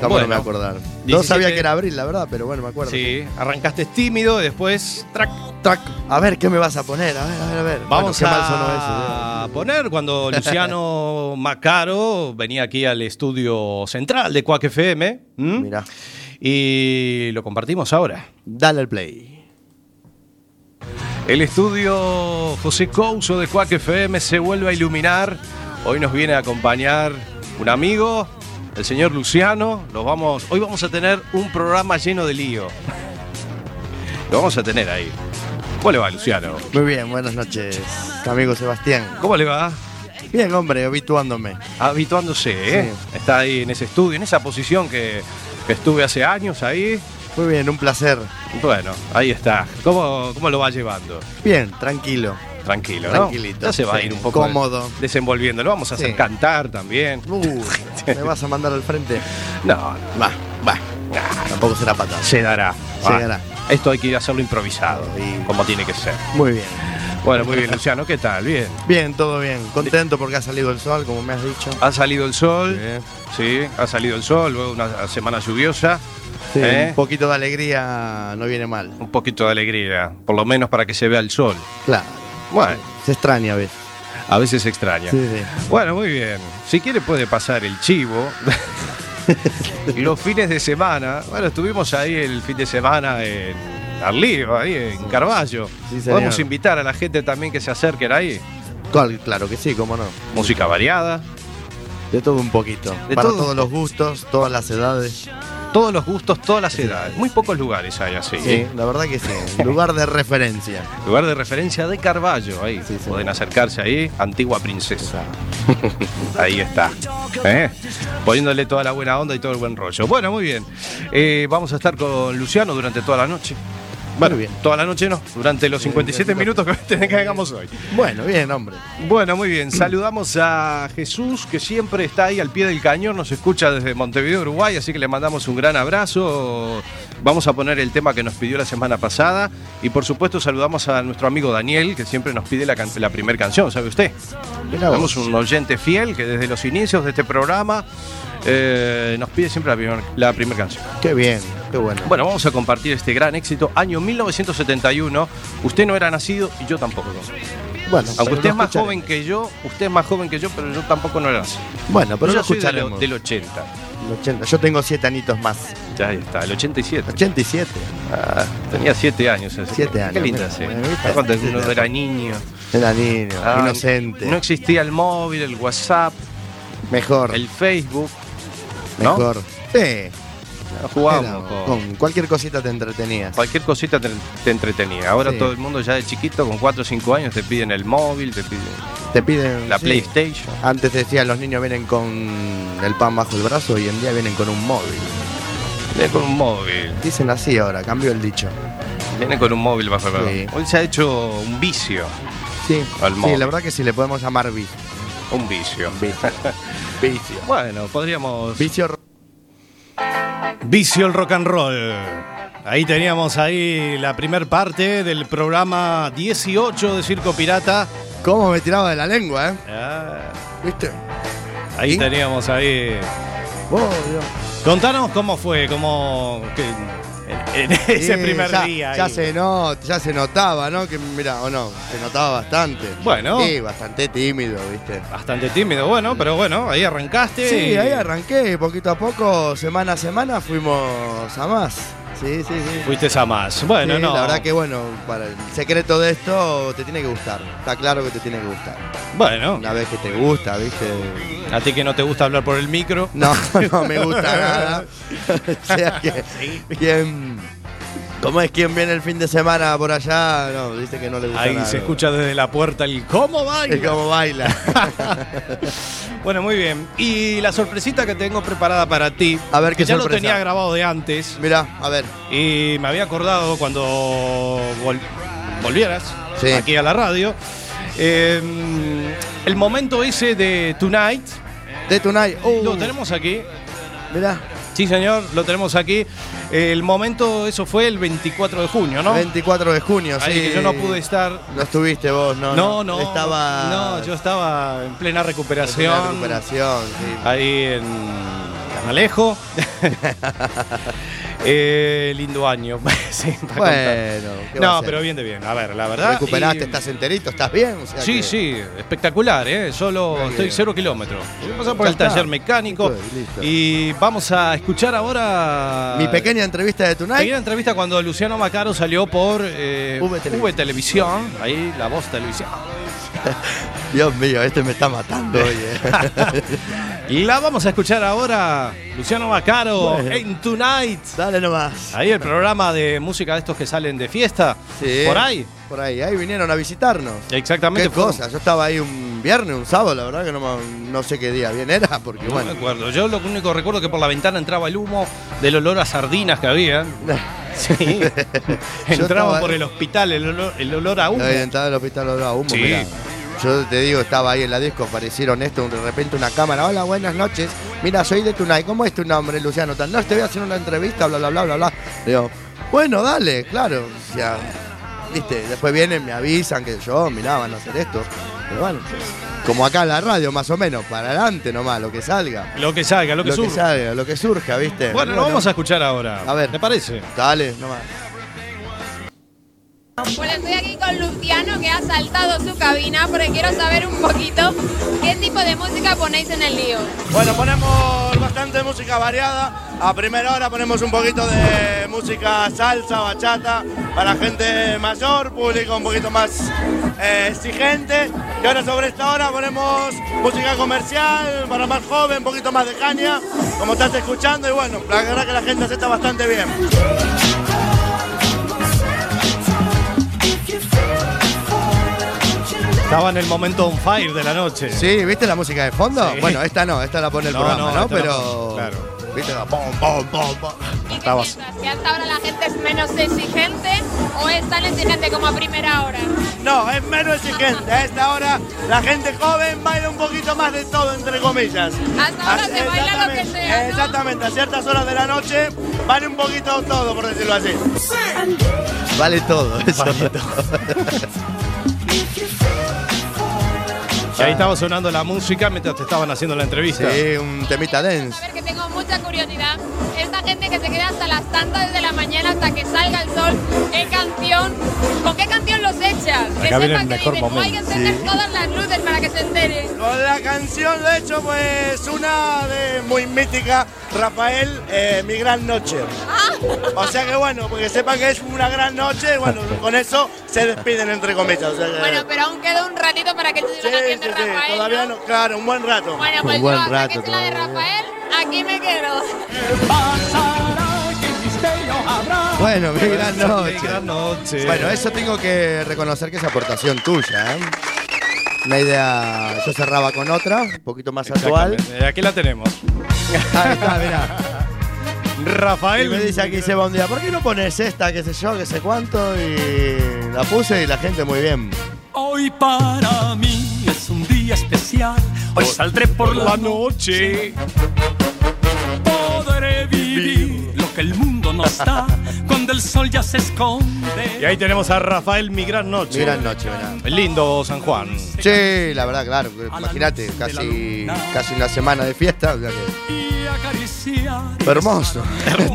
F: ¿Cómo
B: Bueno.
F: no me voy a acordar? No
B: 17.
F: sabía que era abril, la verdad, pero bueno, me acuerdo.
B: Sí, arrancaste tímido y después, track,
F: Track. A ver, ¿qué me vas a poner? A ver, a ver, a ver.
B: Vamos
F: Bueno, qué mal sonó eso, ¿eh?
B: a poner cuando
F: [laughs]
B: Luciano Macaro venía aquí al estudio central de Quack FM
F: ¿eh?
B: ¿m?
F: Mirá.
B: y lo compartimos ahora.
F: Dale el play.
B: El estudio José Couso de Quack FM se vuelve a iluminar. Hoy nos viene a acompañar un amigo, el señor Luciano. Los vamos, hoy vamos a tener un programa lleno de lío. Lo vamos a tener ahí. ¿Cómo le va, Luciano?
F: Muy bien, buenas noches, amigo Sebastián.
B: ¿Cómo le va?
F: Bien, hombre, habituándome.
B: habituándose, ¿eh? Está ahí en ese estudio, en esa posición que, que estuve hace años ahí.
F: Muy bien, un placer.
B: Bueno, ahí está. ¿Cómo, cómo lo va llevando?
F: Bien, tranquilo.
B: Tranquilo, ¿no?
F: Tranquilito,
B: Ya se va a
F: sí.
B: ir un poco
F: Cómodo.
B: desenvolviendo. Lo vamos a hacer
F: Sí.
B: cantar también.
F: Uy, me vas a mandar al frente.
B: No, no,
F: Va, va. Tampoco será patada.
B: se dará.
F: Se
B: Ah,
F: dará.
B: Esto hay que hacerlo improvisado,
F: Sí.
B: como tiene que ser.
F: Muy bien.
B: Bueno, muy
F: [laughs]
B: bien, Luciano, ¿qué tal? Bien.
F: Bien, todo bien. Contento porque ha salido el sol, como me has dicho.
B: Ha salido el sol,
F: Bien.
B: sí, ha salido el sol, luego una semana lluviosa.
F: Sí,
B: ¿eh?
F: Un poquito de alegría no viene mal.
B: un poquito de alegría, por lo menos para que se vea el sol.
F: Claro.
B: Bueno.
F: Se extraña a veces.
B: A veces se extraña.
F: Sí, sí.
B: Bueno, muy bien. Si quiere puede pasar el
F: [laughs]
B: chivo. Los fines de semana. Bueno, estuvimos ahí el fin de semana en Arlío, ahí en Carballo.
F: Sí, señor.
B: Podemos invitar a la gente también que se acerquen ahí.
F: Cual- Claro que sí, cómo no.
B: Música variada.
F: De todo un poquito.
B: De
F: Para
B: todo.
F: todos los gustos, todas las edades.
B: Todos los gustos, todas las edades. Muy pocos lugares hay así.
F: Sí, la verdad que sí. Lugar de referencia.
B: Lugar de referencia de Carballo, ahí.
F: Sí, sí.
B: Pueden acercarse ahí, antigua princesa. ahí está. ¿Eh? Poniéndole toda la buena onda y todo el buen rollo. Bueno, muy bien. Eh, vamos a estar con Luciano durante toda la noche. Bueno,
F: bien.
B: toda la noche no, durante los 57 minutos que [laughs] tenés que hagamos hoy.
F: Bueno, bien, hombre.
B: Bueno, muy bien. Saludamos a Jesús, que siempre está ahí al pie del cañón, nos escucha desde Montevideo, Uruguay, así que le mandamos un gran abrazo. Vamos a poner el tema que nos pidió la semana pasada. Y por supuesto, saludamos a nuestro amigo Daniel, que siempre nos pide la, can- la primera canción, ¿sabe usted?
F: Mirá vos.
B: Tenemos un oyente fiel que desde los inicios de este programa eh, nos pide siempre la primera la primer canción.
F: Qué bien, qué bueno.
B: Bueno, vamos a compartir este gran éxito. Año 1971. Usted no era nacido y yo tampoco.
F: Bueno,
B: Aunque usted
F: pero lo
B: es más
F: escucharemos.
B: joven que yo, usted es más joven que yo, pero yo tampoco no era así.
F: Bueno, pero
B: yo
F: lo
B: soy de lo-
F: escucharemos.
B: del 80.
F: El 80. Yo tengo siete anitos más.
B: Ya ahí está, el 87.
F: 87.
B: Ah, tenía 7 años. así.
F: Siete
B: Qué
F: años,
B: linda
F: mira,
B: sí.
F: bueno, ¿viste?
B: Cuando uno era niño.
F: Era niño,
B: Ah,
F: inocente.
B: No existía el móvil, el WhatsApp,
F: mejor,
B: el Facebook. ¿no?
F: mejor. Sí.
B: No Jugábamos
F: Era-
B: con...
F: con cualquier cosita te entretenías.
B: Cualquier cosita te, te entretenía. Ahora
F: Sí.
B: todo el mundo ya de chiquito, con 4 o 5 años, te piden el móvil, te piden
F: Te piden
B: la
F: sí.
B: PlayStation.
F: Antes decían los niños vienen con el pan bajo el brazo, hoy en día vienen con un móvil.
B: Viene con un móvil.
F: Dicen así ahora, cambió el dicho.
B: Viene con un móvil bajo el brazo.
F: Sí.
B: Hoy se ha hecho un vicio.
F: Sí,
B: Al
F: sí
B: móvil.
F: la verdad que sí le podemos llamar vi-
B: Un vicio.
F: vicio.
B: bueno, podríamos.
F: Vicio ro-
B: Vicio el rock and roll. Ahí teníamos ahí la primer parte del programa 18 de Circo Pirata.
F: ¿Cómo me tiraba de la lengua, eh?
B: Ah,
F: ¿Viste?
B: ahí
F: ¿Sí?
B: teníamos ahí.
F: Oh, Dios.
B: Contanos cómo fue, cómo. que- en, en [laughs] ese
F: Sí,
B: primer
F: ya,
B: día.
F: Ya
B: ahí.
F: se, not- ya se notaba, ¿no? Que mira, o no, se notaba bastante.
B: Bueno.
F: Sí, bastante tímido, ¿viste?
B: Bastante tímido, bueno, pero bueno, ahí arrancaste.
F: Sí,
B: y
F: ahí arranqué y poquito a poco, semana a semana, fuimos a más. Sí, sí, sí.
B: Fuiste a más. Bueno,
F: Sí,
B: no.
F: La verdad que bueno, para el secreto de esto te tiene que gustar. Está claro que te tiene que gustar.
B: Bueno,
F: Una vez que te gusta, ¿viste?
B: a ti que no te gusta hablar por el micro.
F: No, [laughs] no me gusta nada. o sea que quien- ¿Cómo es quien viene el fin de semana por allá? No, dice que no le gusta
B: Ahí
F: nada.
B: se escucha desde la puerta el cómo va.
F: Es como baila.
B: Bueno, muy bien. Y la sorpresita que tengo preparada para ti.
F: A ver,
B: que
F: ¿qué
B: ya lo
F: sorpresa?
B: tenía grabado de antes.
F: Mirá, a ver.
B: Y me había acordado cuando vol- volvieras
F: Sí.
B: aquí a la radio. eh, el momento ese de Tonight.
F: De Tonight. Uh,
B: Lo tenemos aquí.
F: Mirá,
B: Sí, señor, lo tenemos aquí. El momento, eso fue el 24 de junio, ¿no?
F: 24 de junio,
B: Ahí
F: sí.
B: que yo no pude estar.
F: No estuviste vos, no.
B: No, no.
F: Estaba.
B: No, yo estaba en plena
F: en
B: recuperación.
F: la recuperación, sí.
B: Ahí en
F: [laughs]
B: Canalejo. Eh, lindo año. [laughs] sí, para contar.
F: Bueno, ¿qué va a
B: No,
F: hacer?
B: pero bien de bien. A ver, la
F: Te
B: verdad.
F: recuperaste,
B: y-
F: estás enterito, estás bien. O sea
B: Sí,
F: que-
B: sí, espectacular, ¿eh? Solo
F: Muy
B: estoy
F: bien.
B: cero kilómetros. Voy a pasar por
F: Ya
B: el
F: está.
B: taller mecánico
F: Listo, listo.
B: y vamos a escuchar ahora...
F: Mi pequeña entrevista de Tonight.
B: Pequeña entrevista cuando Luciano Macaro salió por eh,
F: V Televisión.
B: V Televisión, ahí la voz televisión.
F: Dios mío, este me está matando hoy. eh.
B: [laughs]
F: [laughs]
B: La vamos a escuchar ahora, Luciano Macaro en Tonight.
F: Dale nomás.
B: Ahí el programa de música de estos que salen de fiesta.
F: Sí.
B: Por ahí.
F: Por ahí, ahí vinieron a visitarnos.
B: Exactamente.
F: Qué
B: fue-
F: cosa, yo estaba ahí un viernes, un sábado, la verdad que no, me- no sé qué día bien era, porque
B: No
F: bueno. [laughs]
B: me acuerdo. Yo lo único que recuerdo es que por la ventana entraba el humo del olor a sardinas que había. Sí. Entraba
F: estaba-
B: por el hospital el olor, el olor a humo.
F: Había entrado al hospital olor a humo,
B: Sí.
F: mirá. Yo te digo, estaba ahí en la disco, aparecieron esto, de repente una cámara, hola, buenas noches, mira, soy de Tunay, ¿cómo es tu nombre, Luciano? Tal, No, te voy a hacer una entrevista, bla, bla, bla, bla, bla. Digo, bueno, dale, claro, o sea, viste, después vienen, me avisan que yo, mirá, van a hacer esto. Pero bueno, pues, como acá en la radio, más o menos, para adelante nomás, lo que salga.
B: Lo que salga, lo que surja.
F: salga, lo que surja, viste.
B: Bueno, lo vamos a escuchar ahora.
F: A ver.
B: ¿Te parece?
F: Dale, nomás.
I: Bueno, estoy aquí con Luciano que ha saltado su cabina porque quiero saber un poquito qué tipo de música ponéis en el lío.
J: Bueno, ponemos bastante música variada. A primera hora ponemos un poquito de música salsa, bachata, para gente mayor, público un poquito más eh, exigente. Y ahora sobre esta hora ponemos música comercial para más joven, un poquito más de caña, como estás escuchando. Y bueno, la verdad que la gente acepta bastante bien.
B: Estaba en el momento on fire de la noche.
F: Sí, ¿viste la música de fondo?
B: Sí.
F: Bueno, esta no, esta la pone el
B: No,
F: programa,
B: no,
F: ¿no?
B: esta la
F: Pero.
B: pone, claro.
F: ¿Viste? Pom, pom, pom, pom.
I: ¿Y qué
B: Estabas-
I: piensas? ¿Que hasta ahora la gente es menos exigente o es tan exigente como a primera hora?
J: No, es menos exigente. A esta hora la gente joven baila un poquito más de todo, entre comillas.
I: Hasta ahora
J: Así-
I: se baila lo que
J: exactamente,
I: sea, ¿no?
J: Exactamente, a ciertas horas de la noche vale un poquito todo, por decirlo así.
F: Vale todo eso.
B: Y ahí estaba sonando la música mientras te estaban haciendo la entrevista.
F: [laughs] sí, un temita
I: A
F: dance.
I: ver, que tengo mucha curiosidad. Esta gente que se queda hasta las tantas de la mañana hasta que salga el sol, ¿qué canción? ¿Con qué canción los echas? Que
B: Acá viene
I: sepan
B: el
I: que
B: mejor
I: dicen, "No, hay que
B: momento".
I: encender todas las luces para que se enteren.
J: Con la canción, de hecho, pues una de muy mítica, Rafael, eh, Mi Gran Noche. O sea que bueno, porque sepan que es una gran noche, y bueno, con eso se despiden, entre comillas. o sea que-
I: Bueno, pero aún queda un ratito para que
J: sí,
I: se la
J: sí,
I: canción de
J: sí,
I: Rafael.
J: todavía
I: ¿no?
J: no, claro, un buen rato.
I: Bueno, pues
F: Un buen
I: yo hasta
F: rato
I: que es la de
F: todavía.
I: Rafael, aquí me quedo.
F: Bueno, mi gran noche.
B: Qué gran noche.
F: Bueno, eso tengo que reconocer que es aportación tuya, ¿eh? Una idea, yo cerraba con otra, un poquito más actual.
B: Exactamente. Aquí la tenemos.
F: Ahí está, mirá.
B: Rafael.
F: Y me dice aquí Seba un día, ¿por qué no pones esta, qué sé yo, qué sé cuánto? Y la puse y la gente muy bien.
E: Hoy para mí es un día especial. Hoy saldré por la noche. Podré vivir lo que el mundo no está cuando el sol ya se esconde.
B: Y ahí tenemos a Rafael Mi Gran Noche.
F: Mi Gran Noche, verá.
B: Lindo San Juan.
F: [laughs] Sí, la verdad, claro. Imagínate, casi, casi una semana de fiesta. o sea que-
E: Y acariciar
F: hermoso.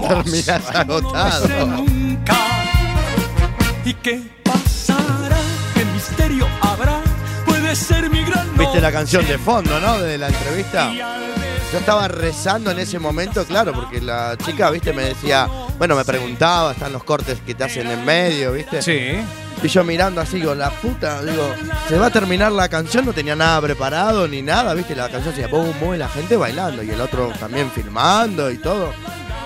F: Terminas agotado.
E: ese nunca. ¿Y qué pasará? ¿Qué misterio habrá? Puede ser mi gran
F: Viste la canción de fondo, ¿no? De la entrevista. Yo estaba rezando en ese momento, claro, porque la chica, viste, me decía, bueno, me preguntaba, están los cortes que te hacen en medio, viste.
B: Sí.
F: Y yo mirando así, digo, la puta, digo, se va a terminar la canción, no tenía nada preparado ni nada, viste, la canción se boom, boom, y la gente bailando, y el otro también filmando y todo.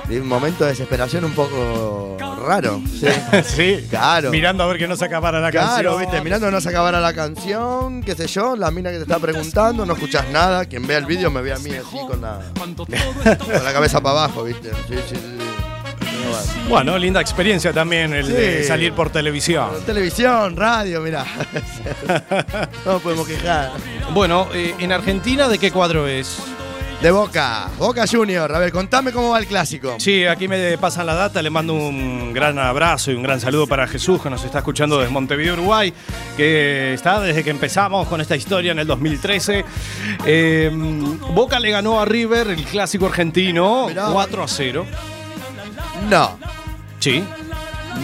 F: De un momento de desesperación un poco raro. [laughs] Sí.
B: sí.
F: Claro.
B: Mirando a ver que no se acabara la
F: Claro,
B: canción.
F: viste, mirando no se acabara la canción, qué sé yo, la mina que te está preguntando, no escuchas nada, quien vea el vídeo me ve a mí así con la, con la cabeza para abajo, viste. Sí, sí, sí, sí. Pero bueno.
B: Bueno, linda experiencia también el de
F: Sí.
B: salir por televisión.
F: [laughs] Televisión, radio, mirá. [laughs] no nos podemos quejar.
B: Bueno, eh, en Argentina, ¿de qué cuadro es?
F: De Boca, Boca Junior. A ver, contame cómo va el clásico.
B: Sí, aquí me pasan la data, le mando un gran abrazo y un gran saludo para Jesús que nos está escuchando desde Montevideo, Uruguay, que está desde que empezamos con esta historia en el 2013. Eh, Boca le ganó a River el clásico argentino 4 a 0.
F: No.
B: Sí.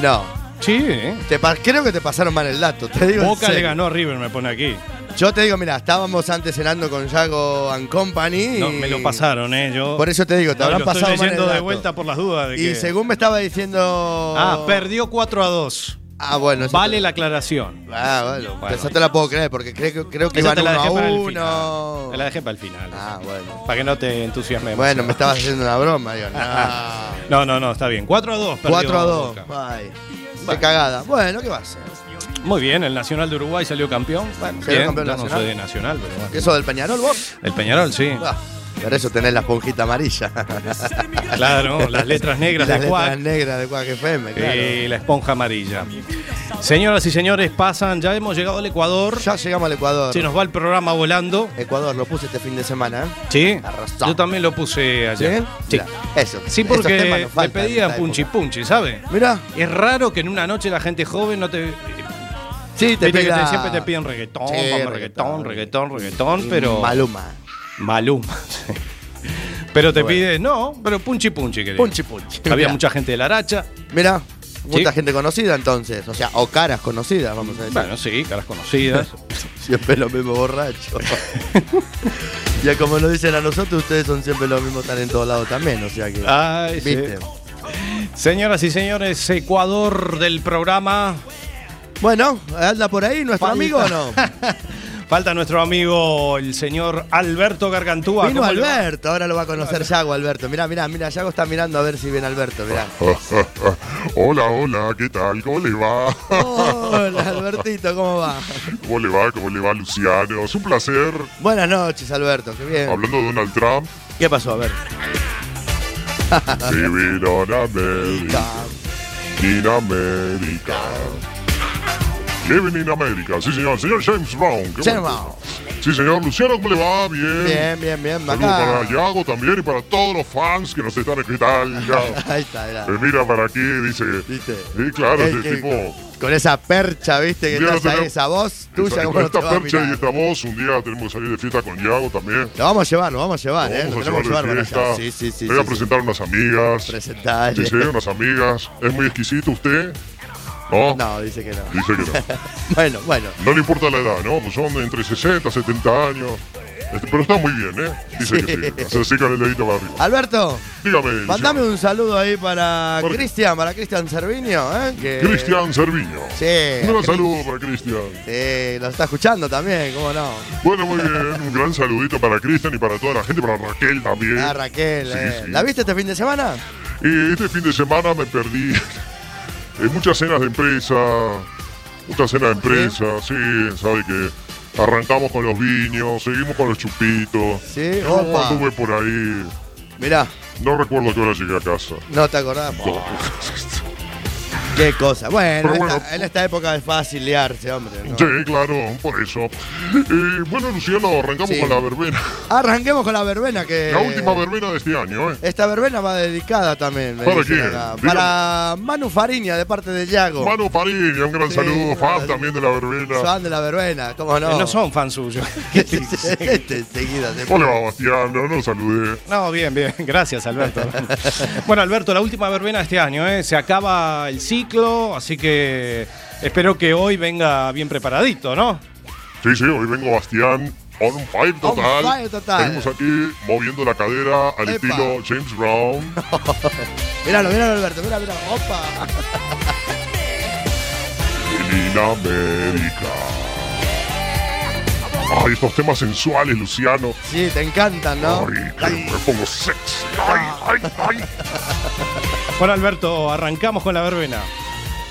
F: No.
B: Sí, ¿eh?
F: Te pa- creo que te pasaron mal el dato, te digo. en
B: Boca le
F: serio.
B: ganó a River, me pone aquí.
F: Yo te digo, mira, estábamos antes cenando con Jago and Company.
B: No,
F: y-
B: me lo pasaron, ¿eh? Yo-
F: Por eso te digo, te
B: No,
F: habrán
B: lo
F: pasado mal
B: estoy leyendo
F: el
B: de
F: dato.
B: vuelta por las dudas. De
F: Y
B: que-
F: según me estaba diciendo.
B: Ah, perdió 4 a 2.
F: Ah, bueno. eso
B: Vale
F: te-
B: la aclaración.
F: Ah, bueno, pero esa te la puedo creer porque creo, que- creo que
B: Esa
F: iban
B: te la
F: uno
B: dejé
F: a
B: para el
F: uno.
B: Te la dejé para el final.
F: Ah, bueno.
B: Para que no te entusiasmes.
F: Bueno, me estabas haciendo una broma, digo.
B: No, no, no, está bien. 4 a 2. [laughs] perdió
F: 4 a 2.
B: Boca.
F: Ay, qué cagada. Bueno, ¿qué va a ser?
B: Muy bien, el Nacional de Uruguay salió campeón. Bueno,
F: salió
B: bien,
F: campeón
B: yo no
F: nacional.
B: soy de Nacional, pero bueno.
F: ¿Eso del Peñarol vos?
B: El Peñarol, sí.
F: Ah, Por eso tenés la esponjita amarilla.
B: [laughs] Claro, las letras negras
F: Las
B: de
F: letras
B: Cuac.
F: negras de Cuac FM, claro.
B: Y la esponja amarilla. Señoras y señores, pasan, ya hemos llegado al Ecuador.
F: Ya llegamos al Ecuador.
B: Se nos va el programa volando.
F: Ecuador, lo puse este fin de semana. ¿eh?
B: Sí, yo también lo puse ayer.
F: ¿Sí? Mirá, eso.
B: Sí,
F: Estos temas
B: porque
F: nos
B: me
F: faltan en
B: pedían
F: esta
B: punchi punchi, ¿sabes?
F: Mira.
B: Es raro que en una noche la gente joven no te.
F: Sí, te
B: Viste que
F: pida-
B: siempre te piden reggaetón,
F: Sí,
B: vamos, reggaetón, reggaetón,
F: reggaetón.
B: reggaetón,
F: Y
B: pero.
F: Maluma.
B: Maluma. sí. [laughs] pero te pide, no, pero punchi punchi querés.
F: Punchi punchi.
B: Había
F: Mirá.
B: mucha gente de la racha.
F: Mirá, mucha
B: Sí.
F: gente conocida entonces. O sea, o caras conocidas, vamos a decir.
B: Bueno, sí, caras conocidas. [laughs]
F: Siempre los mismos [laughs] borrachos. ya como nos dicen a nosotros, ustedes son siempre los mismos, están en todos lados también. O sea que.
B: Ay, sí.
F: ¿Viste?
B: Señoras y señores, Ecuador del programa.
F: Bueno, anda por ahí nuestro amigo o [laughs] no.
B: Falta nuestro amigo, el señor Alberto Gargantúa.
F: Vino
B: ¿Cómo le va?
F: Alberto, ahora lo va a conocer Yago Alberto. Mirá, mirá, mirá, Yago está mirando a ver si viene Alberto, mirá.
K: [laughs] hola, hola, ¿qué tal? ¿Cómo le va?
F: [laughs]
K: [laughs]
F: [laughs] Hola Albertito, ¿cómo va?
K: ¿Cómo le va? ¿Cómo le va, Luciano? Es un placer.
F: Buenas noches, Alberto, qué bien.
K: Hablando de Donald Trump.
F: ¿Qué pasó? A ver.
K: Living on America. In America. Living in America. Sí, señor. Señor James Brown. ¿Qué
F: James
K: bonito. Sí, señor. Luciano, ¿cómo le va? Bien.
F: Bien, bien, bien,
K: Saludos para
F: acá.
K: Yago también y para todos los fans que nos están escuchando.
F: [laughs] [laughs] Ahí está, mirá.
K: Se mira para aquí y dice. Sí, claro,
F: Es
K: este
F: que-
K: tipo.
F: Con esa percha, viste, que
K: Mira,
F: estás ahí,
K: tenemos-
F: esa voz tuya,
K: Esa-
F: ¿cómo no te
K: esta
F: va a
K: percha y
F: mirar?
K: esta voz, un día tenemos que salir de fiesta con Yago también.
F: Lo vamos a llevar, lo vamos a llevar, ¿eh?
K: Vamos
F: Lo
K: a
F: tenemos que
K: llevar
F: llevar
K: de
F: para
K: fiesta.
F: allá. Sí, sí, sí.
K: Voy a
F: sí, sí.
K: presentar unas amigas.
F: Presentale.
K: Sí, sí, unas amigas. ¿Es muy exquisito usted?
F: [laughs]
K: ¿No?
F: No, dice que no. [laughs]
K: Dice que no.
F: bueno, bueno.
K: No le importa la edad, ¿no? Pues son de entre 60 y 70 años. Este, pero está muy bien, ¿eh? Dice que sí.
F: Sí.
K: Se seca el dedito para arriba.
F: Alberto,
K: Dígame, Luciano.
F: mandame un saludo ahí para
K: ¿Por qué?
F: Cristian, para Cristian Cerviño, ¿eh? Que-
K: Cristian Serviño.
F: Sí.
K: Un gran
F: Cris-
K: saludo para Cristian.
F: Sí, lo está escuchando también, ¿cómo no?
K: Bueno, muy bien. Un gran saludito para Cristian y para toda la gente, para Raquel también.
F: Ah, Raquel,
K: Sí,
F: eh.
K: sí.
F: ¿la viste este fin de semana?
K: Eh, este fin de semana me perdí en muchas cenas de empresa. Muchas
F: ¿Ah,
K: cenas de empresa, sí, sabe que arrancamos con los viños, seguimos con los chupitos.
F: Sí,
K: Yo
F: opa.
K: anduve por ahí.
F: Mirá,
K: No recuerdo a qué hora llegué a casa.
F: No te acordás. Qué cosa. Bueno,
K: Pero
F: en
K: bueno.
F: esta- en esta época es fácil liarse, hombre. ¿no?
K: Sí, claro, por eso. Eh, bueno, Luciano, arrancamos
F: Sí. Eh.
K: con la verbena.
F: Arranquemos con la verbena que.
K: La última verbena de este año, ¿eh?
F: Esta verbena va dedicada también. me
K: ¿Para
F: dicen
K: quién?
F: acá.
K: Dígame.
F: Para Manu Fariña, de parte de Yago.
K: Manu Pariña, un gran
F: Sí,
K: saludo, fan
F: gracias.
K: también de la verbena.
F: Fan de la verbena, cómo no.
B: No son fan suyos.
F: [laughs] Este, seguida, se
K: Hola, Bastián, no, no saludé.
B: No, bien, bien. [laughs] Gracias, Alberto. bueno, Alberto, la última verbena de este año, ¿eh? Se acaba el ciclo, así que espero que hoy venga bien preparadito, ¿no?
K: Sí, sí, hoy vengo Bastián. On fire total.
B: fire total.
K: Venimos aquí moviendo la cadera al
F: Epa.
K: estilo James Brown.
F: Míralo, míralo, Alberto, mira, mira. Opa.
K: en América. Ay, estos temas sensuales, Luciano.
F: Sí, te encantan, ¿no?
K: Ay, me pongo sexy. Ay, ay, ay.
B: Bueno, Alberto, arrancamos con la verbena.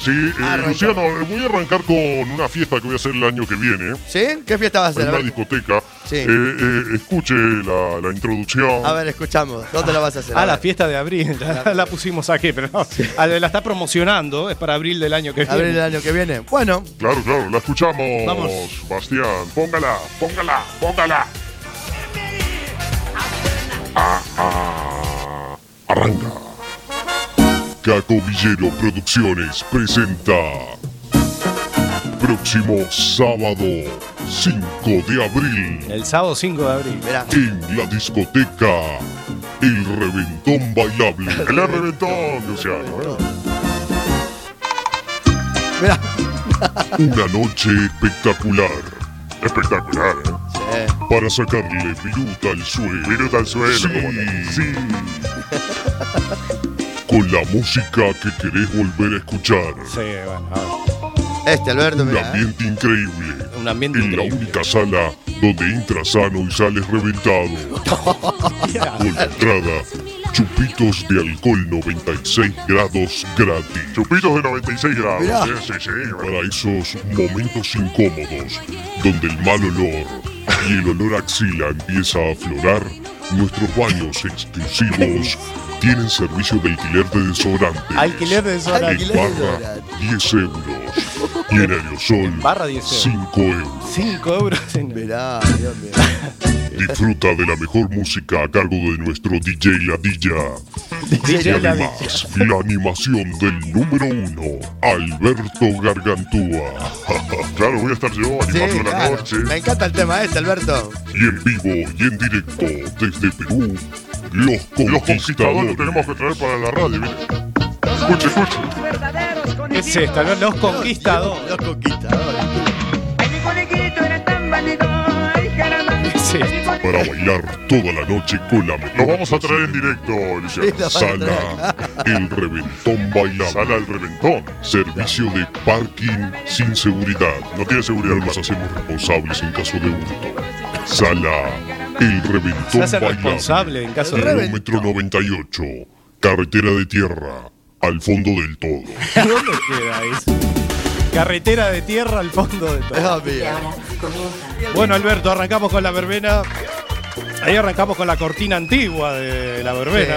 K: Sí, eh, Luciano, eh, voy a arrancar con una fiesta que voy a hacer el año que viene.
F: ¿Sí? ¿Qué fiesta va a
K: En
F: ser? A
K: una
F: ver,
K: discoteca. Eh, eh, escuche la, la introducción.
F: a ver, escuchamos. ¿Dónde la vas a hacer?
B: Ah,
F: A
B: la
F: ver.
B: fiesta de abril. [laughs] La, la pusimos aquí, pero no. Ah, La está promocionando, es para abril del año que viene.
F: Abril del año que viene. Bueno.
K: Claro, claro, la escuchamos.
B: Vamos.
K: Bastián, póngala, póngala, póngala. Ah, ah. Arranca. Caco Villero Producciones presenta. Próximo sábado, 5 de abril.
B: El sábado 5 de abril.
K: En la discoteca, el reventón bailable. El reventón, Luciano. ¿eh? Una noche espectacular. Espectacular, ¿eh? Para sacarle viruta al suelo. Viruta al suelo, sí, sí. Con la música que querés volver a escuchar.
B: Sí, bueno,
F: Este, Alberto,
K: Un
F: mira.
K: ambiente increíble.
B: Un ambiente
K: en la única sala donde entras sano y sales reventado.
B: [laughs]
K: Con la entrada, chupitos de alcohol 96 grados gratis. Chupitos de 96 grados.
J: Mirá.
K: Sí, sí, sí. Y para esos momentos incómodos donde el mal olor y el olor a axila empieza a aflorar, nuestros baños exclusivos tienen servicio de alquiler de desodorante.
B: Alquiler de desodorante.
K: En
B: Alquiler de
K: barra, 10 euros. Y en aerosol,
B: Barra 10 euros.
K: 5 euros.
B: 5 euros.
F: Mirá, Dios [laughs] mío.
K: Disfruta de la mejor música a cargo de nuestro DJ Ladilla.
F: DJ
K: y
F: Ladilla.
K: además, la animación del número uno, Alberto Gargantúa. [laughs] claro, voy a estar yo animando
F: Sí,
K: la
F: claro.
K: noche.
F: Me encanta el tema este, Alberto.
K: Y en vivo y en directo desde Perú, los conquistadores. Los conquistadores tenemos que traer para la radio. Escuche, escuche.
B: ¿Qué es esto? Los- Los conquistadores.
F: Los conquistadores.
B: ¿Qué es esto?
K: Para bailar toda la noche con la mejor. Nos vamos a traer en directo,
B: Sí, lo van a
K: Sala El Reventón Bailable. Sala El Reventón. Servicio de parking sin seguridad. No tiene seguridad. No nos hacemos responsables en caso de hurto. Sala El
B: Se
K: Reventón
B: hace
K: Bailable.
B: responsable en caso de.
K: Kilómetro 98. Carretera de tierra. Al fondo del todo.
F: [laughs]
B: ¿Dónde queda eso? Carretera de tierra al fondo de
F: Ah,
B: todo. Bueno, Alberto, arrancamos con la verbena. Ahí arrancamos con la cortina antigua de la verbena.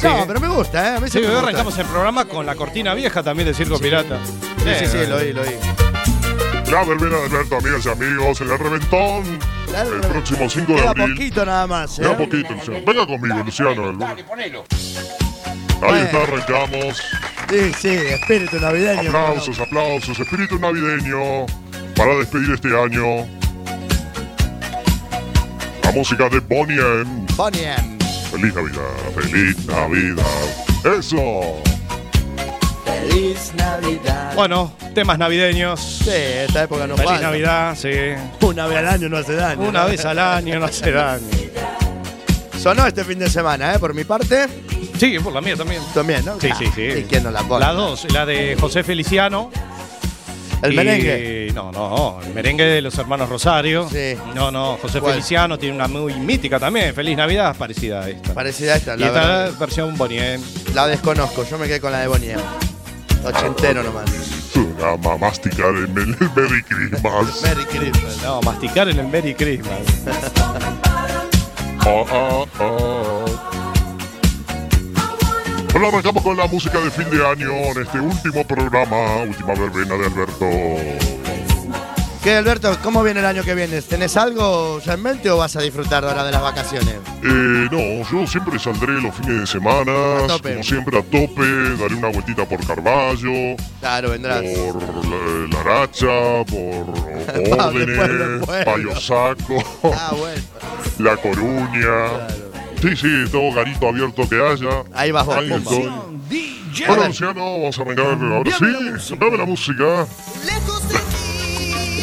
B: Sí.
F: No, pero me gusta, ¿eh? A mí
B: Sí,
F: me
B: hoy
F: gusta.
B: arrancamos el programa con la cortina vieja también de Circo Pirata.
F: Sí, sí, sí, lo oí, lo oí.
K: La verbena de Alberto, amigas y amigos. El Reventón. El próximo 5 de
F: Queda
K: abril.
F: poquito nada más,
K: Queda
F: ¿eh?
K: poquito, Luciano. Venga conmigo, Luciano. el- Ahí está, arrancamos.
F: Sí, sí, espíritu navideño.
K: Aplausos, aplausos, espíritu navideño para despedir este año. La música de Bonnie M.
F: Bonnie M.
K: Feliz Navidad, feliz Navidad. Eso.
F: Feliz Navidad.
B: Bueno, temas navideños. Sí,
F: esta época no
B: Feliz
F: falta.
B: Navidad, sí.
F: Una vez al año no hace daño.
B: Una
F: ¿no?
B: vez al año no hace daño.
F: Sonó este fin de semana, ¿eh? Por mi parte.
B: Sí, por la mía también.
F: También, ¿no?
B: Sí,
F: Ah,
B: sí, sí.
F: ¿Y quién no la pone?
B: La dos, la de José Feliciano.
F: El
B: Y-
F: merengue.
B: No, no, el merengue de los hermanos Rosario.
F: Sí.
B: No, no, José
F: ¿Cuál?
B: Feliciano tiene una muy mítica también. Feliz Navidad, parecida a esta.
F: Parecida a esta,
B: y
F: la
B: esta
F: verdad.
B: versión Bonnie.
F: La desconozco, yo me quedé con la de Bonnie M. Ochentero nomás.
K: Ama masticar el, me- el Merry Christmas.
F: Merry Christmas.
B: No, masticar en el Merry
K: Oh,
B: Christmas.
K: Ah, ah, ah. Ahora arrancamos con la música de fin de año en este último programa, última verbena de Alberto.
F: ¿Qué, Alberto? ¿Cómo viene el año que viene? ¿Tenés algo ya en mente o vas a disfrutar ahora de las vacaciones?
K: Eh, no, yo siempre saldré los fines de semana, como siempre a tope, daré una vueltita por Carballo.
F: Claro, vendrás.
B: Oh.
K: Por eh, la, la Aracha,
F: [laughs] Pablo,
K: por
F: pueblo,
K: Órdenes,
F: pueblo.
K: Payo Saco,
F: Ah.
K: La Coruña. Sí, sí, todo garito abierto que haya.
F: Ahí bajo.
K: Hamilton. Bueno, Luciano, vamos a arrancar ahora sí. Dame la música.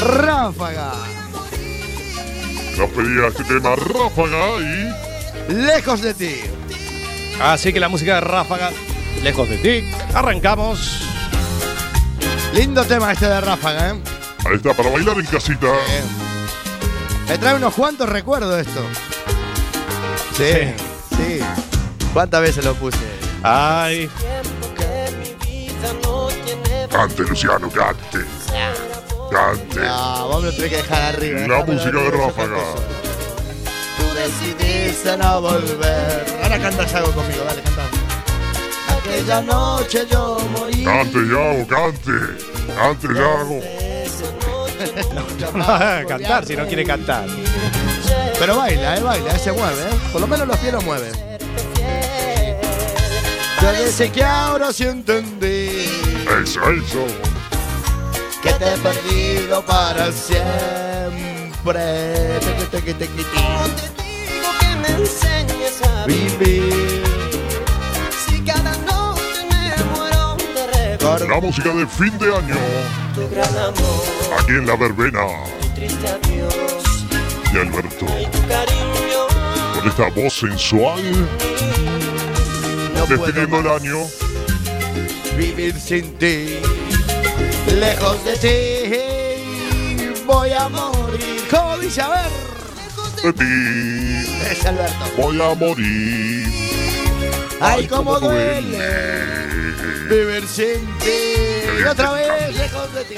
F: Ráfaga.
K: Nos pedía este tema Ráfaga y...
F: Lejos de ti.
B: Así que la música de Ráfaga, lejos de ti. Arrancamos.
F: Lindo tema este de Ráfaga, ¿eh?
K: Ahí está, para bailar en casita.
F: Me trae unos cuantos recuerdos esto. Sí, sí. ¿Cuántas veces lo puse?
B: Ay. [laughs]
K: Cante, Luciano, cante. Cante.
F: No, vos me lo tenés que dejar arriba.
K: La
F: déjame
K: música de
F: ver,
K: Ráfaga.
F: Tú decidiste no volver. Ahora cantas algo conmigo, dale, canta. Aquella noche yo morí.
K: Cante, Yago, cante. Cante, Yago.
F: [laughs]
B: cantar si no quiere cantar.
F: Pero baila, eh, baila, eh, se mueve, eh. Por lo menos los pies lo mueven. Parece que ahora sí entendí
K: Eso, eso.
F: que te he perdido para siempre. Tequi, tequi, tequi, ti.
G: que me enseñes a
F: Vivir.
G: Si cada noche me muero de
K: La música de fin de año.
G: tu gran amor,
K: Aquí en la verbena
G: tu triste adiós
K: de Alberto.
G: y tu cariño.
K: Con esta voz sensual. Despidiendo el año.
F: Vivir sin ti, lejos de ti, voy a morir. ¿Cómo dice? A ver.
K: De ti.
F: Es Alberto.
K: Voy a morir.
F: Ay, cómo duele
K: duele.
F: vivir sin ti. Y otra vez, lejos de ti.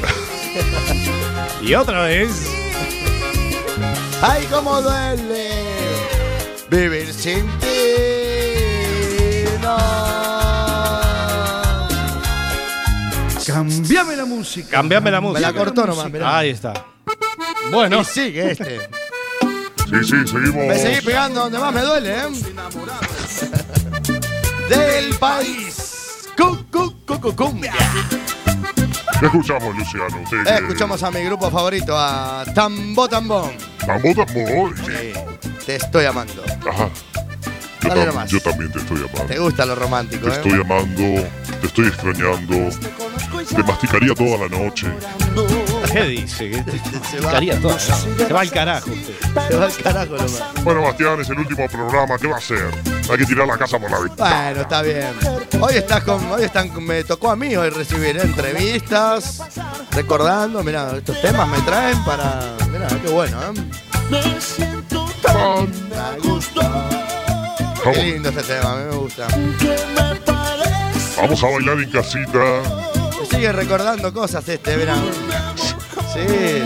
B: Y otra vez.
F: Ay, cómo duele vivir sin ti. No.
B: Cambiame la música. Cambiame la música.
F: la cortó nomás, mirá.
B: Ahí está. Bueno.
F: Y sigue este.
K: Sí, sí, seguimos.
F: Me seguí pegando donde más me duele, ¿eh? Del país. Cu, cu, cu, Eh, cu, cumbia.
K: ¿Qué escuchamos, Luciano? Usted
F: Eh,
K: que-
F: escuchamos a mi grupo favorito, a Tambo Tambón.
K: Mambo tambor.
F: Te estoy amando.
K: Ajá. Yo,
F: Dale
K: tam-
F: nomás.
K: yo también te estoy amando.
F: Te gusta lo romántico,
K: Te
F: ¿eh? [laughs]
K: estoy amando, te estoy extrañando, te masticaría toda la noche.
B: ¿Qué dice?
F: [laughs]
B: Se
F: va.
B: va. Todo, Se va al carajo.
F: Se va al carajo nomás.
K: Bueno, Bastián, es el último programa, ¿qué va a hacer? Hay que tirar la casa por la ventana.
F: Bueno, está bien. Hoy estás con, hoy están, me tocó a mí hoy recibir entrevistas, recordando, mirá, estos temas me traen para, mirá, qué bueno, ¿eh?
G: Me siento tan a gusto
F: Qué lindo este tema, a mí me gusta.
G: que me parece
K: Vamos a bailar en casita.
F: Sigue recordando cosas este, mirá. Sí.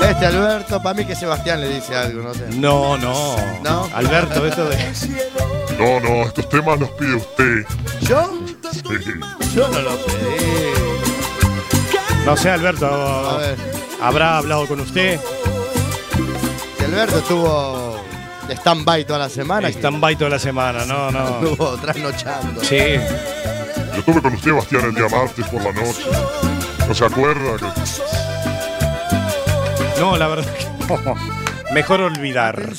F: Este Alberto, para mí que Sebastián le dice algo, no sé.
B: No, no.
F: No.
B: Alberto, esto de.
K: No, no, estos temas los pide usted. [laughs]
F: ¿Yo?
K: Sí.
F: Yo no lo pedí.
B: No sé, Alberto. ¿Habrá hablado con usted?
F: Si Alberto estuvo de stand-by toda la semana.
B: Stand-by toda la semana, no, no.
F: Estuvo trasnochando.
B: Sí.
K: Yo estuve con usted, Bastián, el día martes por la noche. ¿No se acuerda? que-
B: No, la verdad que no. Mejor olvidar.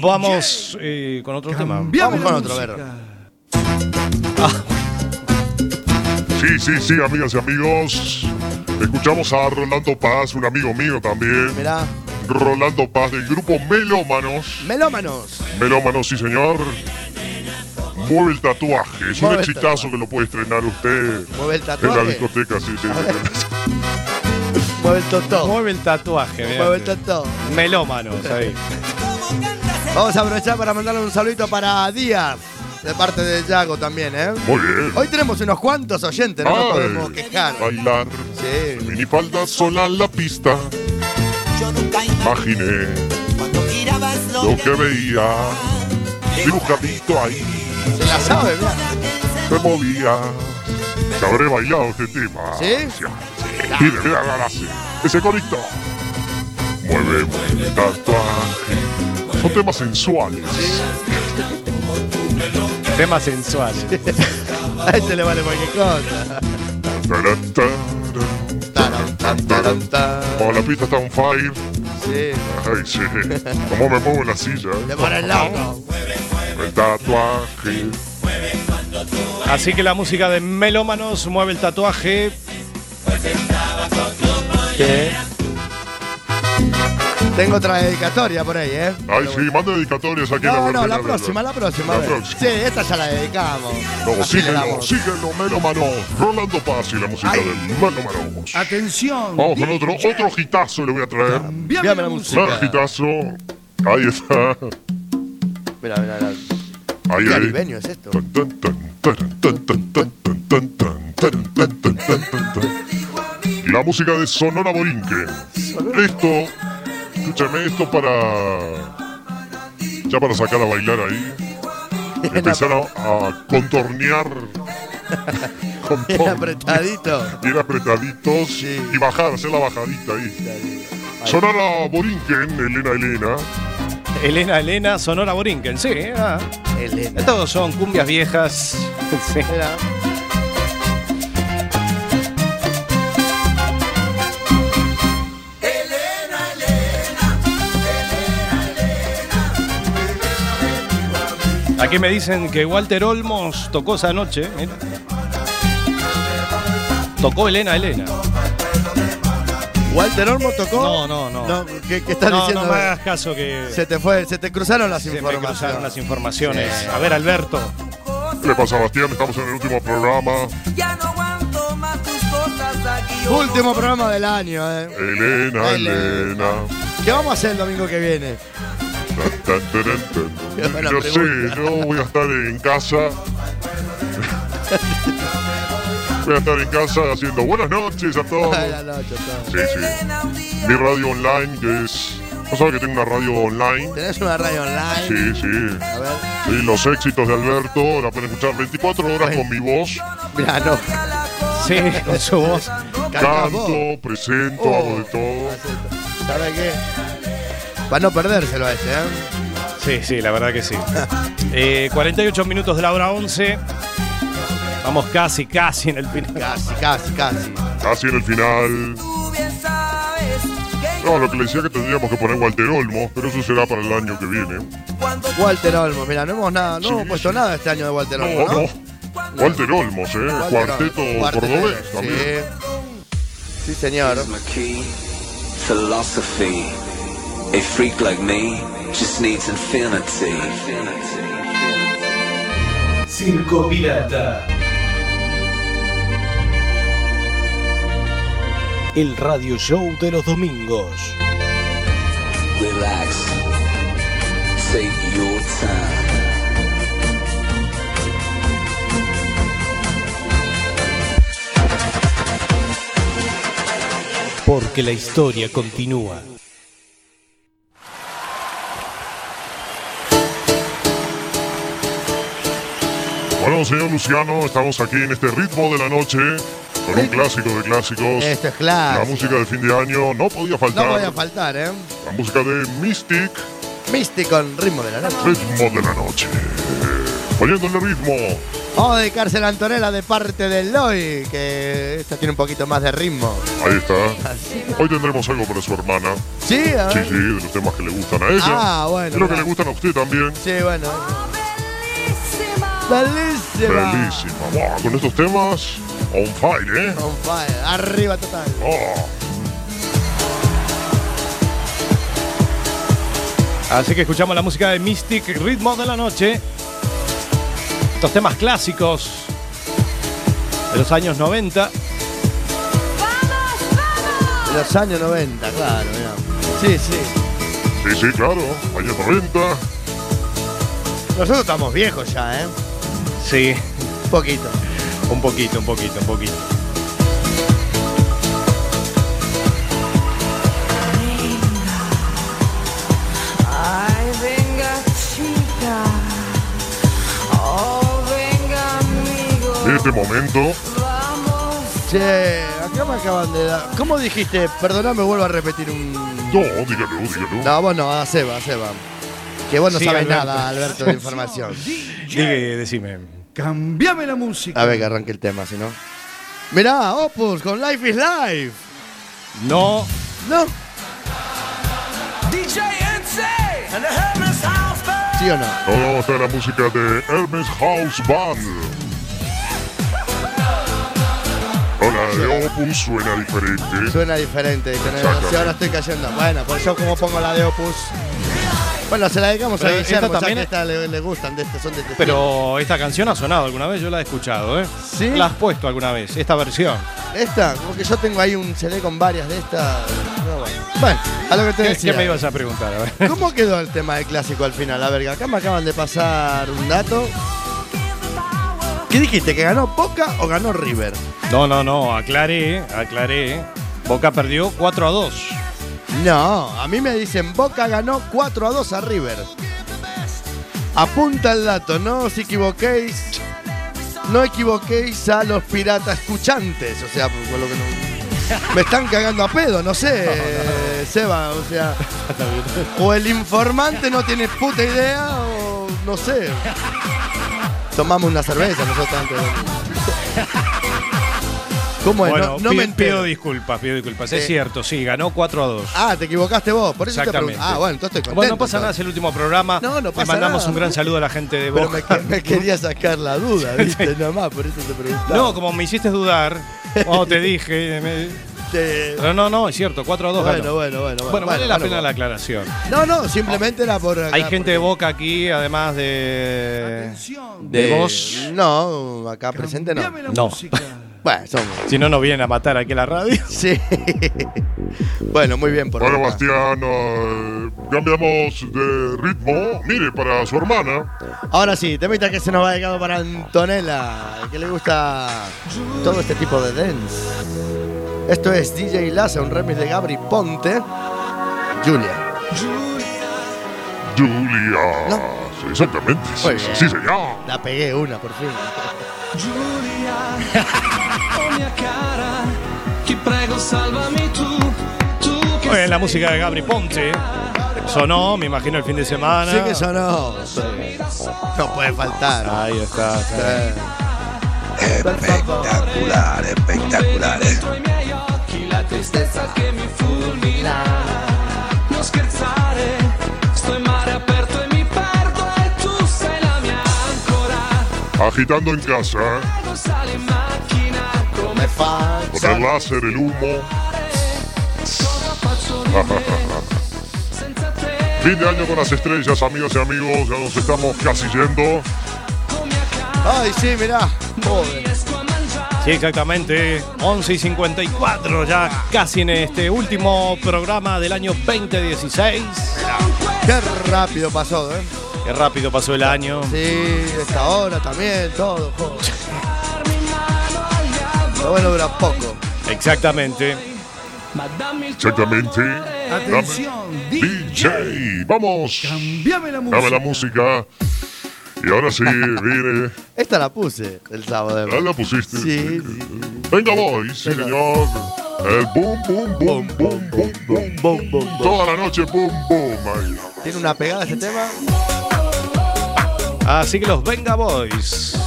B: Vamos eh, con otro tema.
F: Vamos con otro, a ver.
K: Sí, sí, sí, amigas y amigos. Escuchamos a Rolando Paz, un amigo mío también.
F: Mirá,
K: Rolando Paz del grupo Melómanos.
F: melómanos.
K: Melómano, sí señor. Mueve el tatuaje, es
F: Mueve
K: un
F: el
K: exitazo que lo puede estrenar usted
F: Mueve el
K: en la
F: tatuaje.
K: discoteca, sí, sí.
F: [laughs] Mueve el totó.
B: Mueve el tatuaje, mirá.
F: Mueve el totó.
B: Melómanos ahí.
F: Vamos a aprovechar para mandarle un saludito para Díaz, de parte de Yago también, ¿eh?
K: Muy bien.
F: Hoy tenemos unos cuantos oyentes, no nos
K: Ay.
F: podemos quejar.
K: Bailar,
F: Sí.
K: minifalda sola en la pista. Imaginé lo que veía, dibujadito ahí.
F: Se la sabe, mirá.
K: se movía. Se habré bailado este tema.
F: ¿Sí?
K: Mire, mira la base. Ese corito. Mueve, mueve tatuaje. Son temas sensuales.
B: Temas sensuales.
F: [laughs] A este le vale cualquier cosa.
K: Tarata,
F: Taran, tan, taran, tan.
K: Oh, la pista está on fire.
F: Sí.
K: Ay, sí. ¿Cómo me pongo en la silla? eh.
F: Le pones loco.
K: El tatuaje.
B: Así que la música de Melómanos mueve el tatuaje.
F: Tengo otra dedicatoria por ahí, ¿eh?
K: Ay, sí, manda dedicatorias aquí en
F: No, no,
K: Verde
F: la
K: Negra.
F: próxima, la próxima. a
K: La
F: ver.
K: próxima.
F: Sí, esta ya la dedicamos.
K: No,
F: Así le
K: síguelo,
F: damos.
K: síguelo, melómano. Rolando Paz y la música
F: Ay.
K: del melómano.
F: Atención.
K: Vamos con otro, otro gitazo le voy a traer.
F: Envíame la música.
K: Otro gitazo. Ahí está.
F: Mira, mira, mira.
K: Ahí,
F: ¿Qué
K: ahí.
F: caribeño es esto?
K: Tan, tan, tan, taran, tan, tan, tan, tan, tan, tan, taran, tan, tan, tan, tan, tan. Y la música de Sonora Borinque. Esto, escúchame, esto para. Ya para sacar a
F: [laughs]
K: bailar ahí. Empezar a, a contornear.
F: Bien apretadito.
K: [laughs] Bien apretaditos. Y bajar, hacer la bajadita ahí. Sonora Borinquen, Elena Elena.
B: Elena, Elena, Sonora Borinquen, sí. ah. Estos son cumbias
F: [laughs]
B: viejas. Sí. Aquí me dicen que Walter Olmos tocó esa noche. mira. Tocó Elena, Elena.
F: ¿Walter Olmo tocó?
B: No, no, no.
F: ¿Qué, qué estás
B: No,
F: diciendo?
B: No me hagas caso que
F: Se te fue, se te cruzaron las
B: se me
F: informaciones.
B: cruzaron las informaciones. A ver, Alberto.
K: ¿Qué le pasa, Bastián? Estamos en el último programa.
F: Último programa del año, eh.
K: Elena, Elena.
F: ¿Qué vamos a hacer el domingo que viene?
K: Tan, taran,
F: Qué buena
K: tan. No sé,
F: pregunta.
K: yo voy a estar en casa. Voy a estar en casa haciendo buenas noches a todos.
F: Buenas noches, todo.
K: Sí, sí. Mi radio online, que es. ¿No sabes que tengo una radio online?
F: ¿Tenés una radio online?
K: Sí, sí.
F: A ver.
K: Sí, los éxitos de Alberto la pueden escuchar 24 horas con mi voz.
F: Mirá, no.
B: Sí, con su voz.
K: Canto, presento,
F: Oh.
K: hago de todo.
F: ¿Sabes qué? Para no perdérselo a este, ¿eh?
B: Sí, sí, la verdad que sí. Eh, 48 minutos de la hora 11. Vamos casi, casi en el final.
F: Casi, casi, casi.
K: Casi en el final. No, lo que le decía que tendríamos que poner Walter Olmo, pero eso será para el año que viene.
F: Walter Olmos, mira, no hemos nada, no hemos puesto nada este año de Walter
K: No,
F: Olmos, ¿no?
K: no. Walter Olmos, ¿eh?
F: Walter
K: Cuarteto
F: Olmos, cuarteto,
K: cordobés también.
F: Sí. sí, señor.
L: Philosophy. A freak like me just needs infinity.
E: Circo Pirata.
B: El radio show de los domingos.
L: Relax. Take your time.
B: Porque la historia continúa.
K: Bueno, señor Luciano, estamos aquí en este ritmo de la noche con un clásico de clásicos.
F: Esto es
K: La
F: claro.
K: música de fin de año no podía
F: No
K: faltar.
F: podía faltar, ¿eh?
K: La música de Mystic,
F: Mystic con ritmo de la noche.
K: ritmo de la noche. Poniéndole ritmo.
F: Vamos a dedicársela a Antonella de parte del Loy, que esta tiene un poquito más de ritmo.
K: Ahí está. Hoy tendremos algo para su hermana.
F: Sí, a
K: Sí,
F: ver.
K: sí, de los temas que le gustan a ella.
F: Ah, bueno,
K: De lo que
F: mirá.
K: le gustan a usted también.
F: Sí, bueno. Bellísima.
K: Bellísima. Wow, con estos temas, on fire, ¿eh?
F: On fire. Arriba total.
K: Oh.
B: Así que escuchamos la música de Mystic, Ritmo de la Noche. Estos temas clásicos de los años 90.
F: De Los años 90, claro, mirá. Sí, sí.
K: Sí, sí, claro. Años 90.
F: Nosotros estamos viejos ya, ¿eh?
B: Sí,
F: Un poquito.
B: un poquito, un poquito, un poquito.
M: Ay, venga chica, oh venga amigo,
K: este momento.
F: Che, acá me acaban de dar. ¿Cómo dijiste? Perdóname, vuelvo a repetir un.
K: No, dígalo, dígalo.
F: No, vos no, a Seba, a Seba. Que vos no
B: Sí,
F: sabes
B: Alberto.
F: nada, Alberto,
B: [laughs]
F: de información.
B: Dime, decime.
F: Cambiame la música. A ver que arranque el tema, si no. Mirá, Opus con Life is Life.
B: No.
F: No.
G: DJ NC and the Hermes House Band.
F: ¿Sí o no?
K: Ahora vamos a la música de Hermes House
F: [laughs]
K: Band. Ahora de Opus suena diferente.
F: Suena diferente. dice, no,
K: Exactamente.
F: Si ahora estoy cayendo. Bueno, por eso como pongo la de Opus. Bueno, se la dedicamos a
B: Pero esta
F: Guillermo, ya
B: también
F: que
B: es-
F: esta le, le gustan de este, son de este
B: Pero esta canción ha sonado alguna vez, yo la he escuchado, ¿eh?
F: Sí.
B: La has puesto alguna vez, esta versión.
F: Esta, como que yo tengo ahí un CD con varias de estas. No, bueno. Bueno, a lo que te
B: ¿Qué-
F: decía.
B: ¿Qué me ibas a preguntar? A ver.
F: ¿Cómo quedó el tema del clásico al final? A ver, acá me acaban de pasar un dato. ¿Qué dijiste? ¿Que ganó Boca o ganó River?
B: No, no, no, aclaré, aclaré. Boca perdió 4 a 2.
F: No, a mí me dicen Boca ganó 4 a 2 a River. Apunta el dato, no os equivoquéis. No equivoquéis a los piratas escuchantes. O sea, por lo que no- me están cagando a pedo, [laughs] no sé, Seba. O sea, o el informante no tiene puta idea, o no sé. Tomamos una cerveza nosotros antes. de- ¿Cómo es? no no
B: pi-
F: me entero.
B: pido disculpas, pido disculpas. Es
F: Sí.
B: cierto, sí, ganó 4 a 2.
F: Ah, te equivocaste vos, por eso te pregunto.
B: Exactamente.
F: Ah, bueno, entonces estoy contento.
B: Bueno, no pasa nada,
F: entonces.
B: es el último programa.
F: No, no
B: Le
F: pasa
B: mandamos
F: nada.
B: un gran saludo a la gente de
F: Pero [laughs]
B: Boca. [laughs]
F: me, que- me quería sacar la duda, ¿viste? Nomás, por eso te preguntaba.
B: No, como me hiciste dudar, o te dije. me-
F: Te-
B: Pero no, no, es cierto, 4 a 2
F: Este, Bueno,
B: ganó.
F: bueno, bueno, bueno,
B: vale
F: bueno,
B: la
F: bueno,
B: pena
F: bueno.
B: la aclaración.
F: No, no, simplemente era por. acá,
B: Hay gente de Boca aquí, además de.
F: porque-
B: de vos.
F: No, acá presente no.
B: No.
F: Bueno, somos.
B: Si no, nos vienen a matar aquí a la radio. [laughs]
F: Sí. [laughs] bueno, muy bien, por
K: Ahora,
F: Boca.
K: Bastián, eh, cambiamos de ritmo. Mire, para su hermana.
F: Ahora sí, temita que se nos va dedicado para Antonella, que le gusta todo este tipo de dance. Esto es DJ Laza, un remix de Gabri Ponte. Julia.
K: Julia. Sí, Exactamente. Sí,
F: Muy
K: sí,
F: bien.
K: sí, señor.
F: La pegué una, por fin.
B: Ah,
E: [laughs] oh Ti prego, salvami tu, tu che
B: Muy bien, la música de Gabri Ponte. Sonó, me imagino, el fin de semana.
F: Sí que sonó. No puede faltar.
B: Ahí está.
E: Espectacular,
N: espectacular.
E: dentro i miei occhi la tristezza che mi fulmina. Non scherzare, sto in mare aperto e mi perdo e tu sei la mia ancora.
K: Agitando en casa.
E: Prego, sali in macchina, come fa?
K: Con el láser,
F: [laughs]
K: el humo.
E: Cosa faccio di me? Senza te,
K: Fin de año con las estrellas, amigas y amigos. Ya nos estamos casi yendo.
F: Ay, sí, mirá. Joder.
B: Sí, exactamente. 11 y 54, ya casi en este último programa del año 2016.
F: Qué rápido pasó, ¿eh?
B: Qué rápido pasó el año.
F: Sí, esta hora también, todo. joder. Pero bueno, dura poco.
B: Exactamente.
K: Exactamente. Dame- DJ. Vamos.
F: Cambiame la
K: Dame la música. Y ahora sí, viene.
F: Esta la puse el sábado.
K: Ah,
F: además.
K: la pusiste.
F: Sí,
K: Venga, voy, sí, señor. El boom, boom, boom, boom, boom, boom, boom, boom. Toda la noche, boom, boom. Ay, no.
F: Tiene una pegada este tema.
B: Así que los Venga Boys.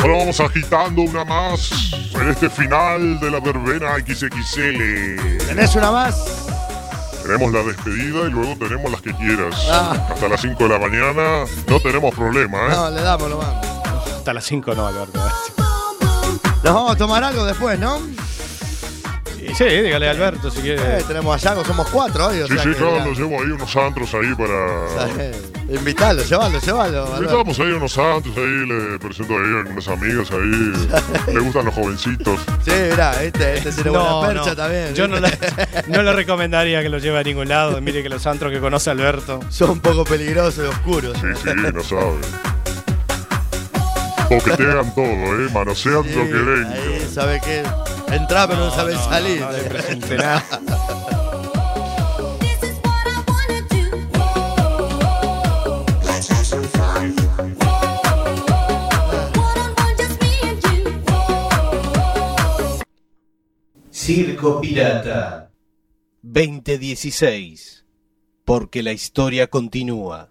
K: Ahora vamos agitando una más en este final de la verbena XXL.
F: ¿Tenés una más?
K: Tenemos la despedida y luego tenemos las que quieras.
F: Ah.
K: Hasta las 5 de la mañana no tenemos problema, ¿eh?
F: No, le damos nomás.
B: Hasta las 5 no, Alberto.
F: Nos vamos a tomar algo después, ¿no?
B: Eh, sí, dígale a Alberto si quiere.
F: Eh, tenemos a Yago, somos cuatro hoy. o
K: Sí,
F: sea
K: sí,
F: que
K: claro,
F: ya-
K: lo llevo ahí unos antros ahí para.
F: Eh, Invitalo, llévalo, llévalo. Alberto.
K: Invitamos ahí unos santos, ahí le presento ahí a algunas
F: [laughs]
K: amigas, ahí le gustan los jovencitos.
F: Sí, mirá, este, este tiene
B: No,
F: buena percha
B: no.
F: también.
B: Yo no, la- [laughs] no le recomendaría que lo lleve a ningún lado. Mire que los antros que conoce Alberto.
F: [laughs] Son un poco peligrosos y oscuros.
K: Sí, sí, no sabe. Coquetean todo, ¿eh? Manosean lo que ven.
F: Ahí sabe que entra pero no, sabe salir. No, [laughs]
E: Circo Pirata 2016. Porque la historia continúa.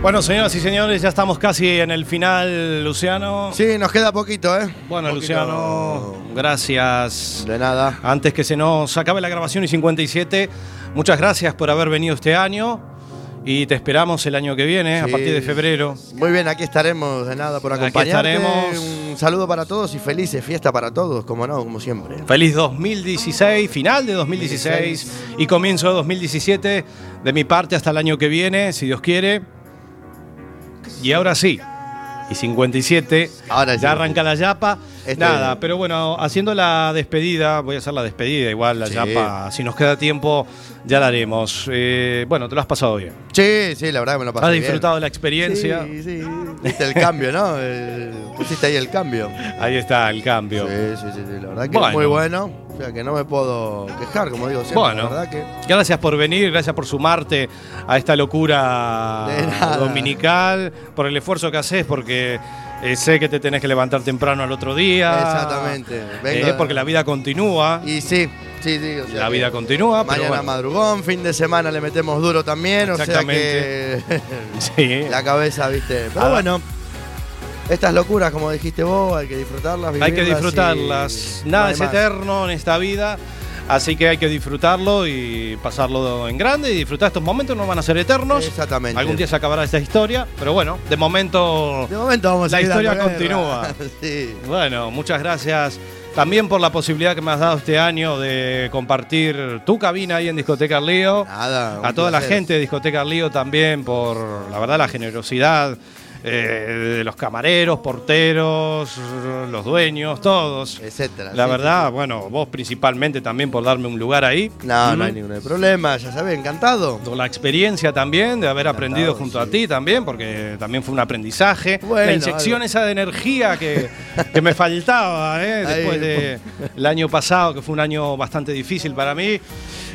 B: Bueno, señoras y señores, ya estamos casi en el final, Luciano.
F: Sí, nos queda poquito, ¿eh?
B: Bueno, Luciano, gracias.
F: De nada.
B: Antes que se nos acabe la grabación y 57, muchas gracias por haber venido este año y te esperamos el año que viene, a
F: Sí.
B: partir de febrero.
F: Muy bien, aquí estaremos, de nada, por
B: Aquí
F: acompañarte.
B: estaremos.
F: Un saludo para todos y felices fiesta para todos, como no, como siempre.
B: Feliz 2016, final de 2016 y comienzo de 2017. De mi parte, hasta el año que viene, si Dios quiere. Y ahora sí, y 57, ya arranca la yapa.
F: Este
B: Nada, pero bueno, haciendo la despedida, voy a hacer la despedida igual, la
F: Sí.
B: yapa. Si nos queda tiempo, ya la haremos. Eh, bueno, te lo has pasado bien.
F: Sí, sí, la verdad que me lo pasé
B: Has
F: bien.
B: disfrutado de la experiencia.
F: Sí, sí. Viste el cambio, ¿no? El- pusiste ahí el cambio.
B: Ahí está el cambio.
F: Sí, sí, sí, sí, la verdad que es muy bueno. O sea, que no me puedo quejar, como digo siempre.
B: Bueno.
F: La verdad que
B: Gracias por venir, gracias por sumarte a esta locura
F: De nada.
B: dominical, por el esfuerzo que haces, porque eh, sé que te tenés que levantar temprano al otro día.
F: Exactamente. Vengo
B: Eh,
F: de-
B: porque la vida continúa.
F: Y sí, sí, sí. o sea
B: la
F: que
B: vida continúa. pero
F: Mañana
B: bueno.
F: madrugón, fin de semana le metemos duro también. O sea que.
B: Exactamente. Sí.
F: [laughs] la cabeza, viste. Pero
B: Ah.
F: bueno, estas locuras, como dijiste vos, hay que disfrutarlas.
B: Hay que
F: vivirlas y-
B: disfrutarlas.
F: no
B: Nada
F: hay
B: es
F: más.
B: eterno en esta vida. Así que hay que disfrutarlo y pasarlo en grande y disfrutar estos momentos, no van a ser eternos.
F: Exactamente.
B: Algún día se acabará esta historia, pero bueno, de momento,
F: De momento vamos a
B: la
F: seguir
B: historia
F: dando guerra.
B: continúa.
F: [laughs]
B: Bueno, muchas gracias también por la posibilidad que me has dado este año de compartir tu cabina ahí en Discoteca Lío.
F: Nada. un
B: A toda la
F: placer.
B: gente de Discoteca Lío también por, la verdad, la generosidad eh, de los camareros, porteros, los dueños, todos.
F: Etcétera.
B: La
F: sí,
B: verdad, bueno, vos principalmente también por darme un lugar ahí.
F: No, no
B: Mm.
F: hay ningún problema, ya sabes, encantado.
B: Por la experiencia también, de haber aprendido junto a ti también, porque también fue un aprendizaje. la inyección
F: eh.
B: esa de energía
F: [laughs]
B: que, que me faltaba, ¿eh? después del año pasado, que fue un año bastante difícil para mí,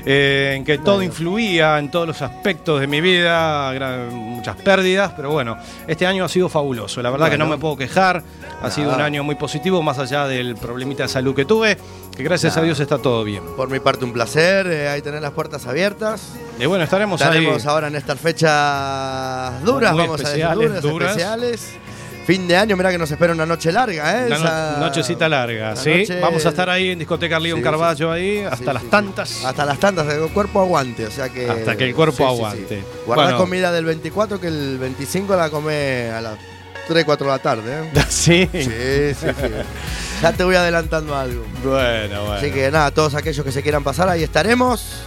B: eh, en que todo influía en todos los aspectos de mi vida, gra- muchas pérdidas, pero bueno, este año ha sido fabuloso, la verdad que no
F: Bueno. Ah.
B: me puedo quejar, ha sido un
F: Nada.
B: año muy positivo, más allá del problemita de salud que tuve, que gracias a
F: Nada.
B: Dios está todo bien.
F: Por mi parte, un placer. eh, ahí tener las puertas abiertas.
B: Y bueno, estaremos,
F: Estaremos
B: ahí.
F: ahora en estas fechas duras,
B: Muy
F: vamos a
B: especiales,
F: decir, duras,
B: duras.
F: especiales. Fin de año, mira que nos espera una noche larga, ¿eh?
B: La no-
F: Esa-
B: nochecita larga,
F: la
B: ¿sí?
F: noche-
B: Vamos a estar ahí en Discoteca León
F: Sí,
B: Carballo ahí, hasta
F: sí,
B: las
F: sí, sí.
B: tantas,
F: Hasta las tantas, hasta que el cuerpo aguante, o sea que.
B: hasta que el cuerpo
F: sí, sí, sí.
B: aguante.
F: Guardá
B: Bueno,
F: comida del 24 que el 25 la come a las 3, 4 de la tarde, ¿eh?
B: [laughs] Sí.
F: Sí, sí,
B: [laughs]
F: sí. ya te voy adelantando algo.
B: Bueno, bueno.
F: Así que nada, todos aquellos que se quieran pasar, ahí estaremos.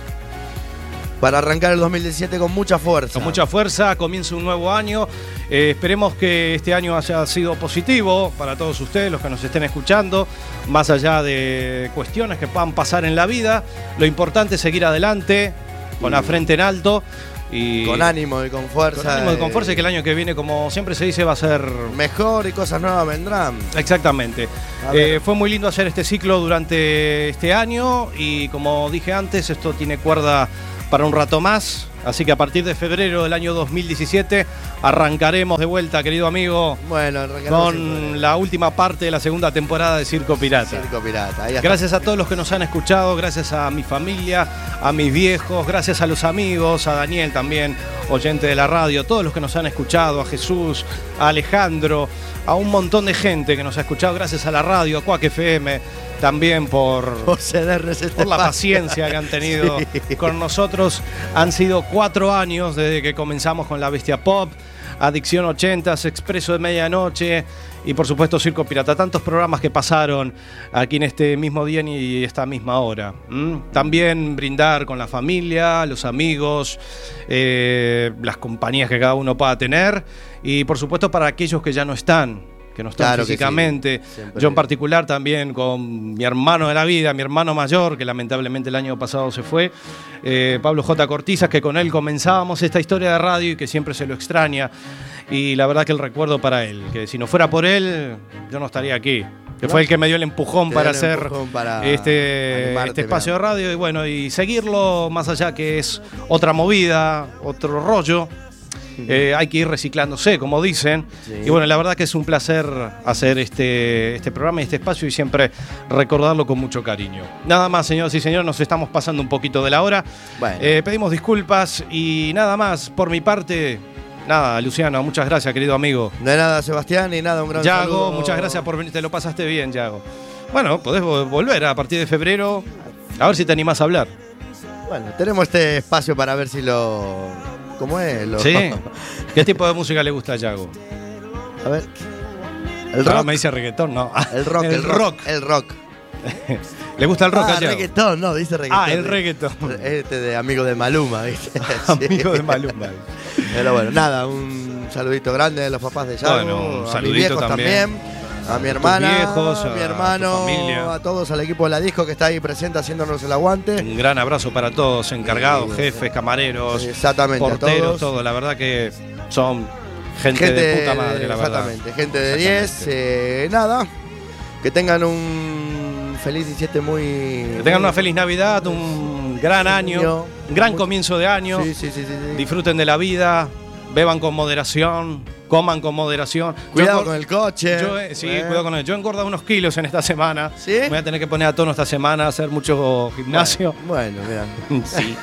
F: Para arrancar el 2017 con mucha fuerza.
B: Con mucha fuerza, comienza un nuevo año. Eh, esperemos que este año haya sido positivo para todos ustedes, los que nos estén escuchando, más allá de cuestiones que puedan pasar en la vida. Lo importante es seguir adelante, con la frente en alto. Y
F: Con ánimo y con fuerza.
B: Con ánimo y con
F: eh,
B: fuerza, y que el año que viene, como siempre se dice, va a ser
F: mejor y cosas nuevas vendrán.
B: Exactamente.
F: A ver.
B: Eh, fue muy lindo hacer este ciclo durante este año y como dije antes, esto tiene cuerda para un rato más. Así que a partir de febrero del año 2017 arrancaremos de vuelta, querido amigo,
F: Bueno, arrancaremos en
B: con la última parte de la segunda temporada de Circo Pirata.
F: Circo Pirata. Ahí está. [laughs]
B: Gracias a todos los que nos han escuchado, gracias a mi familia, a mis viejos, gracias a los amigos, a Daniel también, oyente de la radio, todos los que nos han escuchado, a Jesús, a Alejandro, a un montón de gente que nos ha escuchado, gracias a la radio, a Cuac FM, también por,
F: por cedernos este
B: [laughs] por la
F: espacio.
B: paciencia que han tenido
F: [laughs] Sí.
B: con nosotros. Han sido cuatro años desde que comenzamos con la Bestia Pop. Adicción 80s, Expreso de Medianoche y por supuesto Circo Pirata. Tantos programas que pasaron aquí en este mismo día y esta misma hora. ¿Mm? También brindar con la familia, los amigos, eh, las compañías que cada uno pueda tener y por supuesto para aquellos que ya no están que no están
F: Claro que sí.
B: físicamente.
F: Siempre.
B: Yo en particular también con mi hermano de la vida, mi hermano mayor, que lamentablemente el año pasado se fue, eh, Pablo J. Cortizas, que con él comenzábamos esta historia de radio y que siempre se lo extraña. Y la verdad que el recuerdo para él, que si no fuera por él, yo no estaría aquí. Que fue el que me dio el empujón
F: Te
B: para
F: dio el
B: hacer
F: empujón para
B: este,
F: animarte,
B: este espacio de radio y bueno, y seguirlo más allá que es otra movida, otro rollo. Eh, hay que ir reciclándose, como dicen.
F: Sí.
B: Y bueno, la verdad que es un placer hacer este, este programa y este espacio y siempre recordarlo con mucho cariño. Nada más, señoras y señores, nos estamos pasando un poquito de la hora. Eh, pedimos disculpas y nada más, por mi parte, nada, Luciano, muchas gracias, querido amigo.
F: De nada, Sebastián, y nada, un gran
B: Yago,
F: saludo.
B: muchas gracias por venir, te lo pasaste bien, Yago. Bueno, podés vo- volver a partir de febrero, a ver si te animás a hablar.
F: Bueno, tenemos este espacio para ver si lo. ¿Cómo es? Lo- [laughs]
B: ¿Sí? ¿Qué tipo de música le gusta a Yago?
F: A ver.
B: El
F: El
B: rock.
F: rock.
B: Ah, me dice reggaetón, no.
F: El rock, el rock,
B: [laughs] El rock. ¿Le gusta el rock
F: ah,
B: a Yago?
F: reggaetón, no, dice reggaetón.
B: Ah, el reggaetón.
F: Este de amigo de Maluma,
B: [laughs]
F: ¿viste? [laughs]
B: Amigo de Maluma.
F: Pero bueno, nada, un saludito grande a los papás de Yago.
B: Bueno, un
F: a mis
B: saludito
F: viejos
B: también.
F: A mi
B: tus
F: hermana,
B: viejos,
F: a mi
B: a tu
F: hermano,
B: familia.
F: a todos, al equipo de la disco que está ahí presente haciéndonos el aguante.
B: Un gran abrazo para todos, encargados, jefes, camareros,
F: Exactamente, a
B: porteros,
F: todos.
B: todo. La verdad que son gente, de puta madre, la verdad.
F: Exactamente, gente de 10. eh, nada, que tengan un feliz 17 muy.
B: Que tengan una feliz Navidad, un gran año, un gran comienzo de año.
F: Sí, sí, sí, sí, sí.
B: Disfruten de la vida, beban con moderación, coman con moderación.
F: Cuidado
B: Yo-
F: con el coche.
B: Yo, eh, sí,
F: Eh.
B: cuidado con el. Yo he engordado unos kilos en esta semana. Me voy a tener que poner a tono esta semana, hacer mucho gimnasio.
F: Bueno,
B: [laughs]
F: mira.
B: Sí.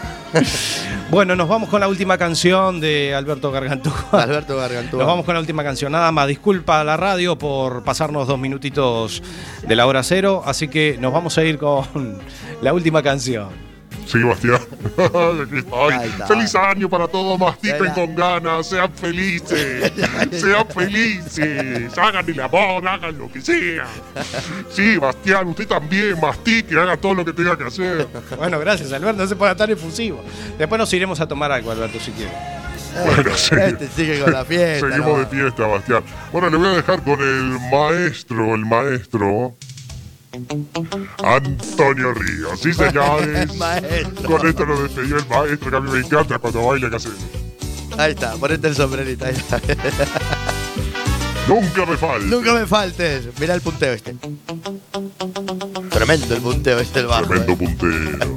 B: bueno, nos vamos con la última canción de Alberto Gargantúa.
F: [laughs] Alberto Gargantúa.
B: Nos vamos con la última canción. Nada más, disculpa a la radio por pasarnos dos minutitos de la hora cero, así que nos vamos a ir con la última canción.
K: Sí,
B: [laughs]
K: [laughs] Bastián. Aquí estoy.
B: Ahí está.
K: Feliz año para todos, mastiquen con ganas, sean
B: [laughs]
K: felices, sean felices, hagan el amor, hagan lo que
B: [laughs]
K: sea. Sí, Bastián, usted también, mastique, haga todo lo que tenga que hacer.
B: Bueno, gracias Alberto, no se ponga tan efusivo. Después nos iremos a tomar algo, Alberto, si quiere.
K: Bueno, sí.
F: Este sigue con la fiesta.
K: Seguimos
F: ¿no?
K: de fiesta, Bastián. Bueno, le voy a dejar con el maestro, el maestro. Antonio Ríos, sí
F: [laughs]
K: señores.
F: Maestro.
K: Con esto nos despedió el maestro, que a mí me encanta cuando baila que hace.
F: Ahí está, ponete el sombrerito. Ahí está. [laughs]
K: Nunca me faltes.
F: Nunca me faltes. Mira el punteo este. Tremendo el punteo este el bajo. [laughs]
K: Tremendo punteo.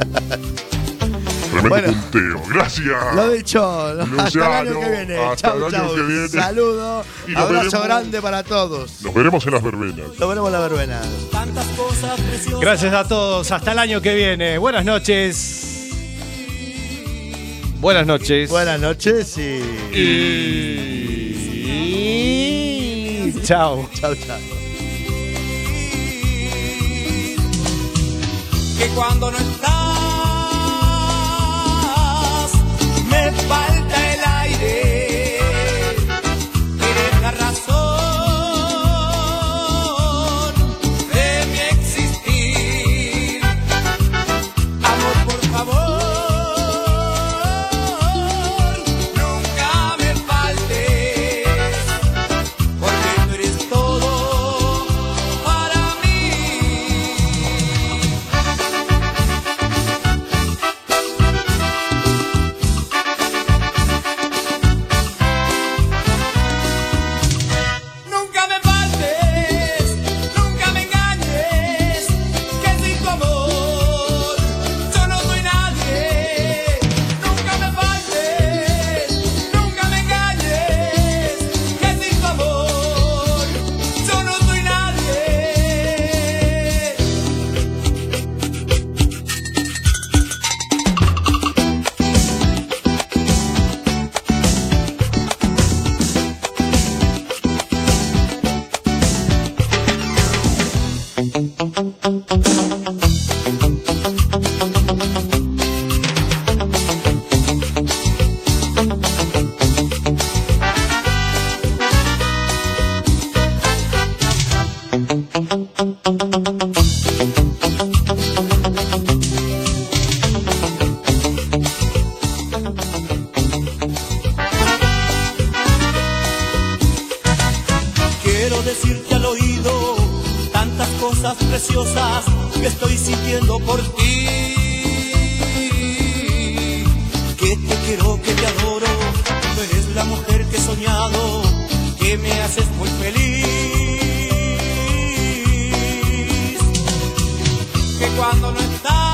K: Tremendo
F: Bueno.
K: punteo. Gracias.
F: Lo dicho,
K: Luciano,
F: hasta el año que viene.
K: hasta el
F: Chau,
K: año
F: chau.
K: que viene.
F: Saludo.
K: Y nos
F: Abrazo
K: veremos.
F: grande para todos.
K: Nos veremos en las verbenas.
F: Nos veremos en la verbena.
B: Gracias a todos, hasta el año que viene. Buenas noches. Buenas noches.
F: Buenas noches y.
B: Y. Chao.
F: Chao, chao.
G: que cuando no estás me falta el aire y deja razón de mi existir. Amor, por favor, nunca me faltes, porque tú eres todo para mí.
F: Quiero decirte al oído tantas cosas preciosas que estoy sintiendo por ti. Que te quiero, que te adoro, tú eres la mujer que he soñado, que me haces muy feliz. Que cuando no estás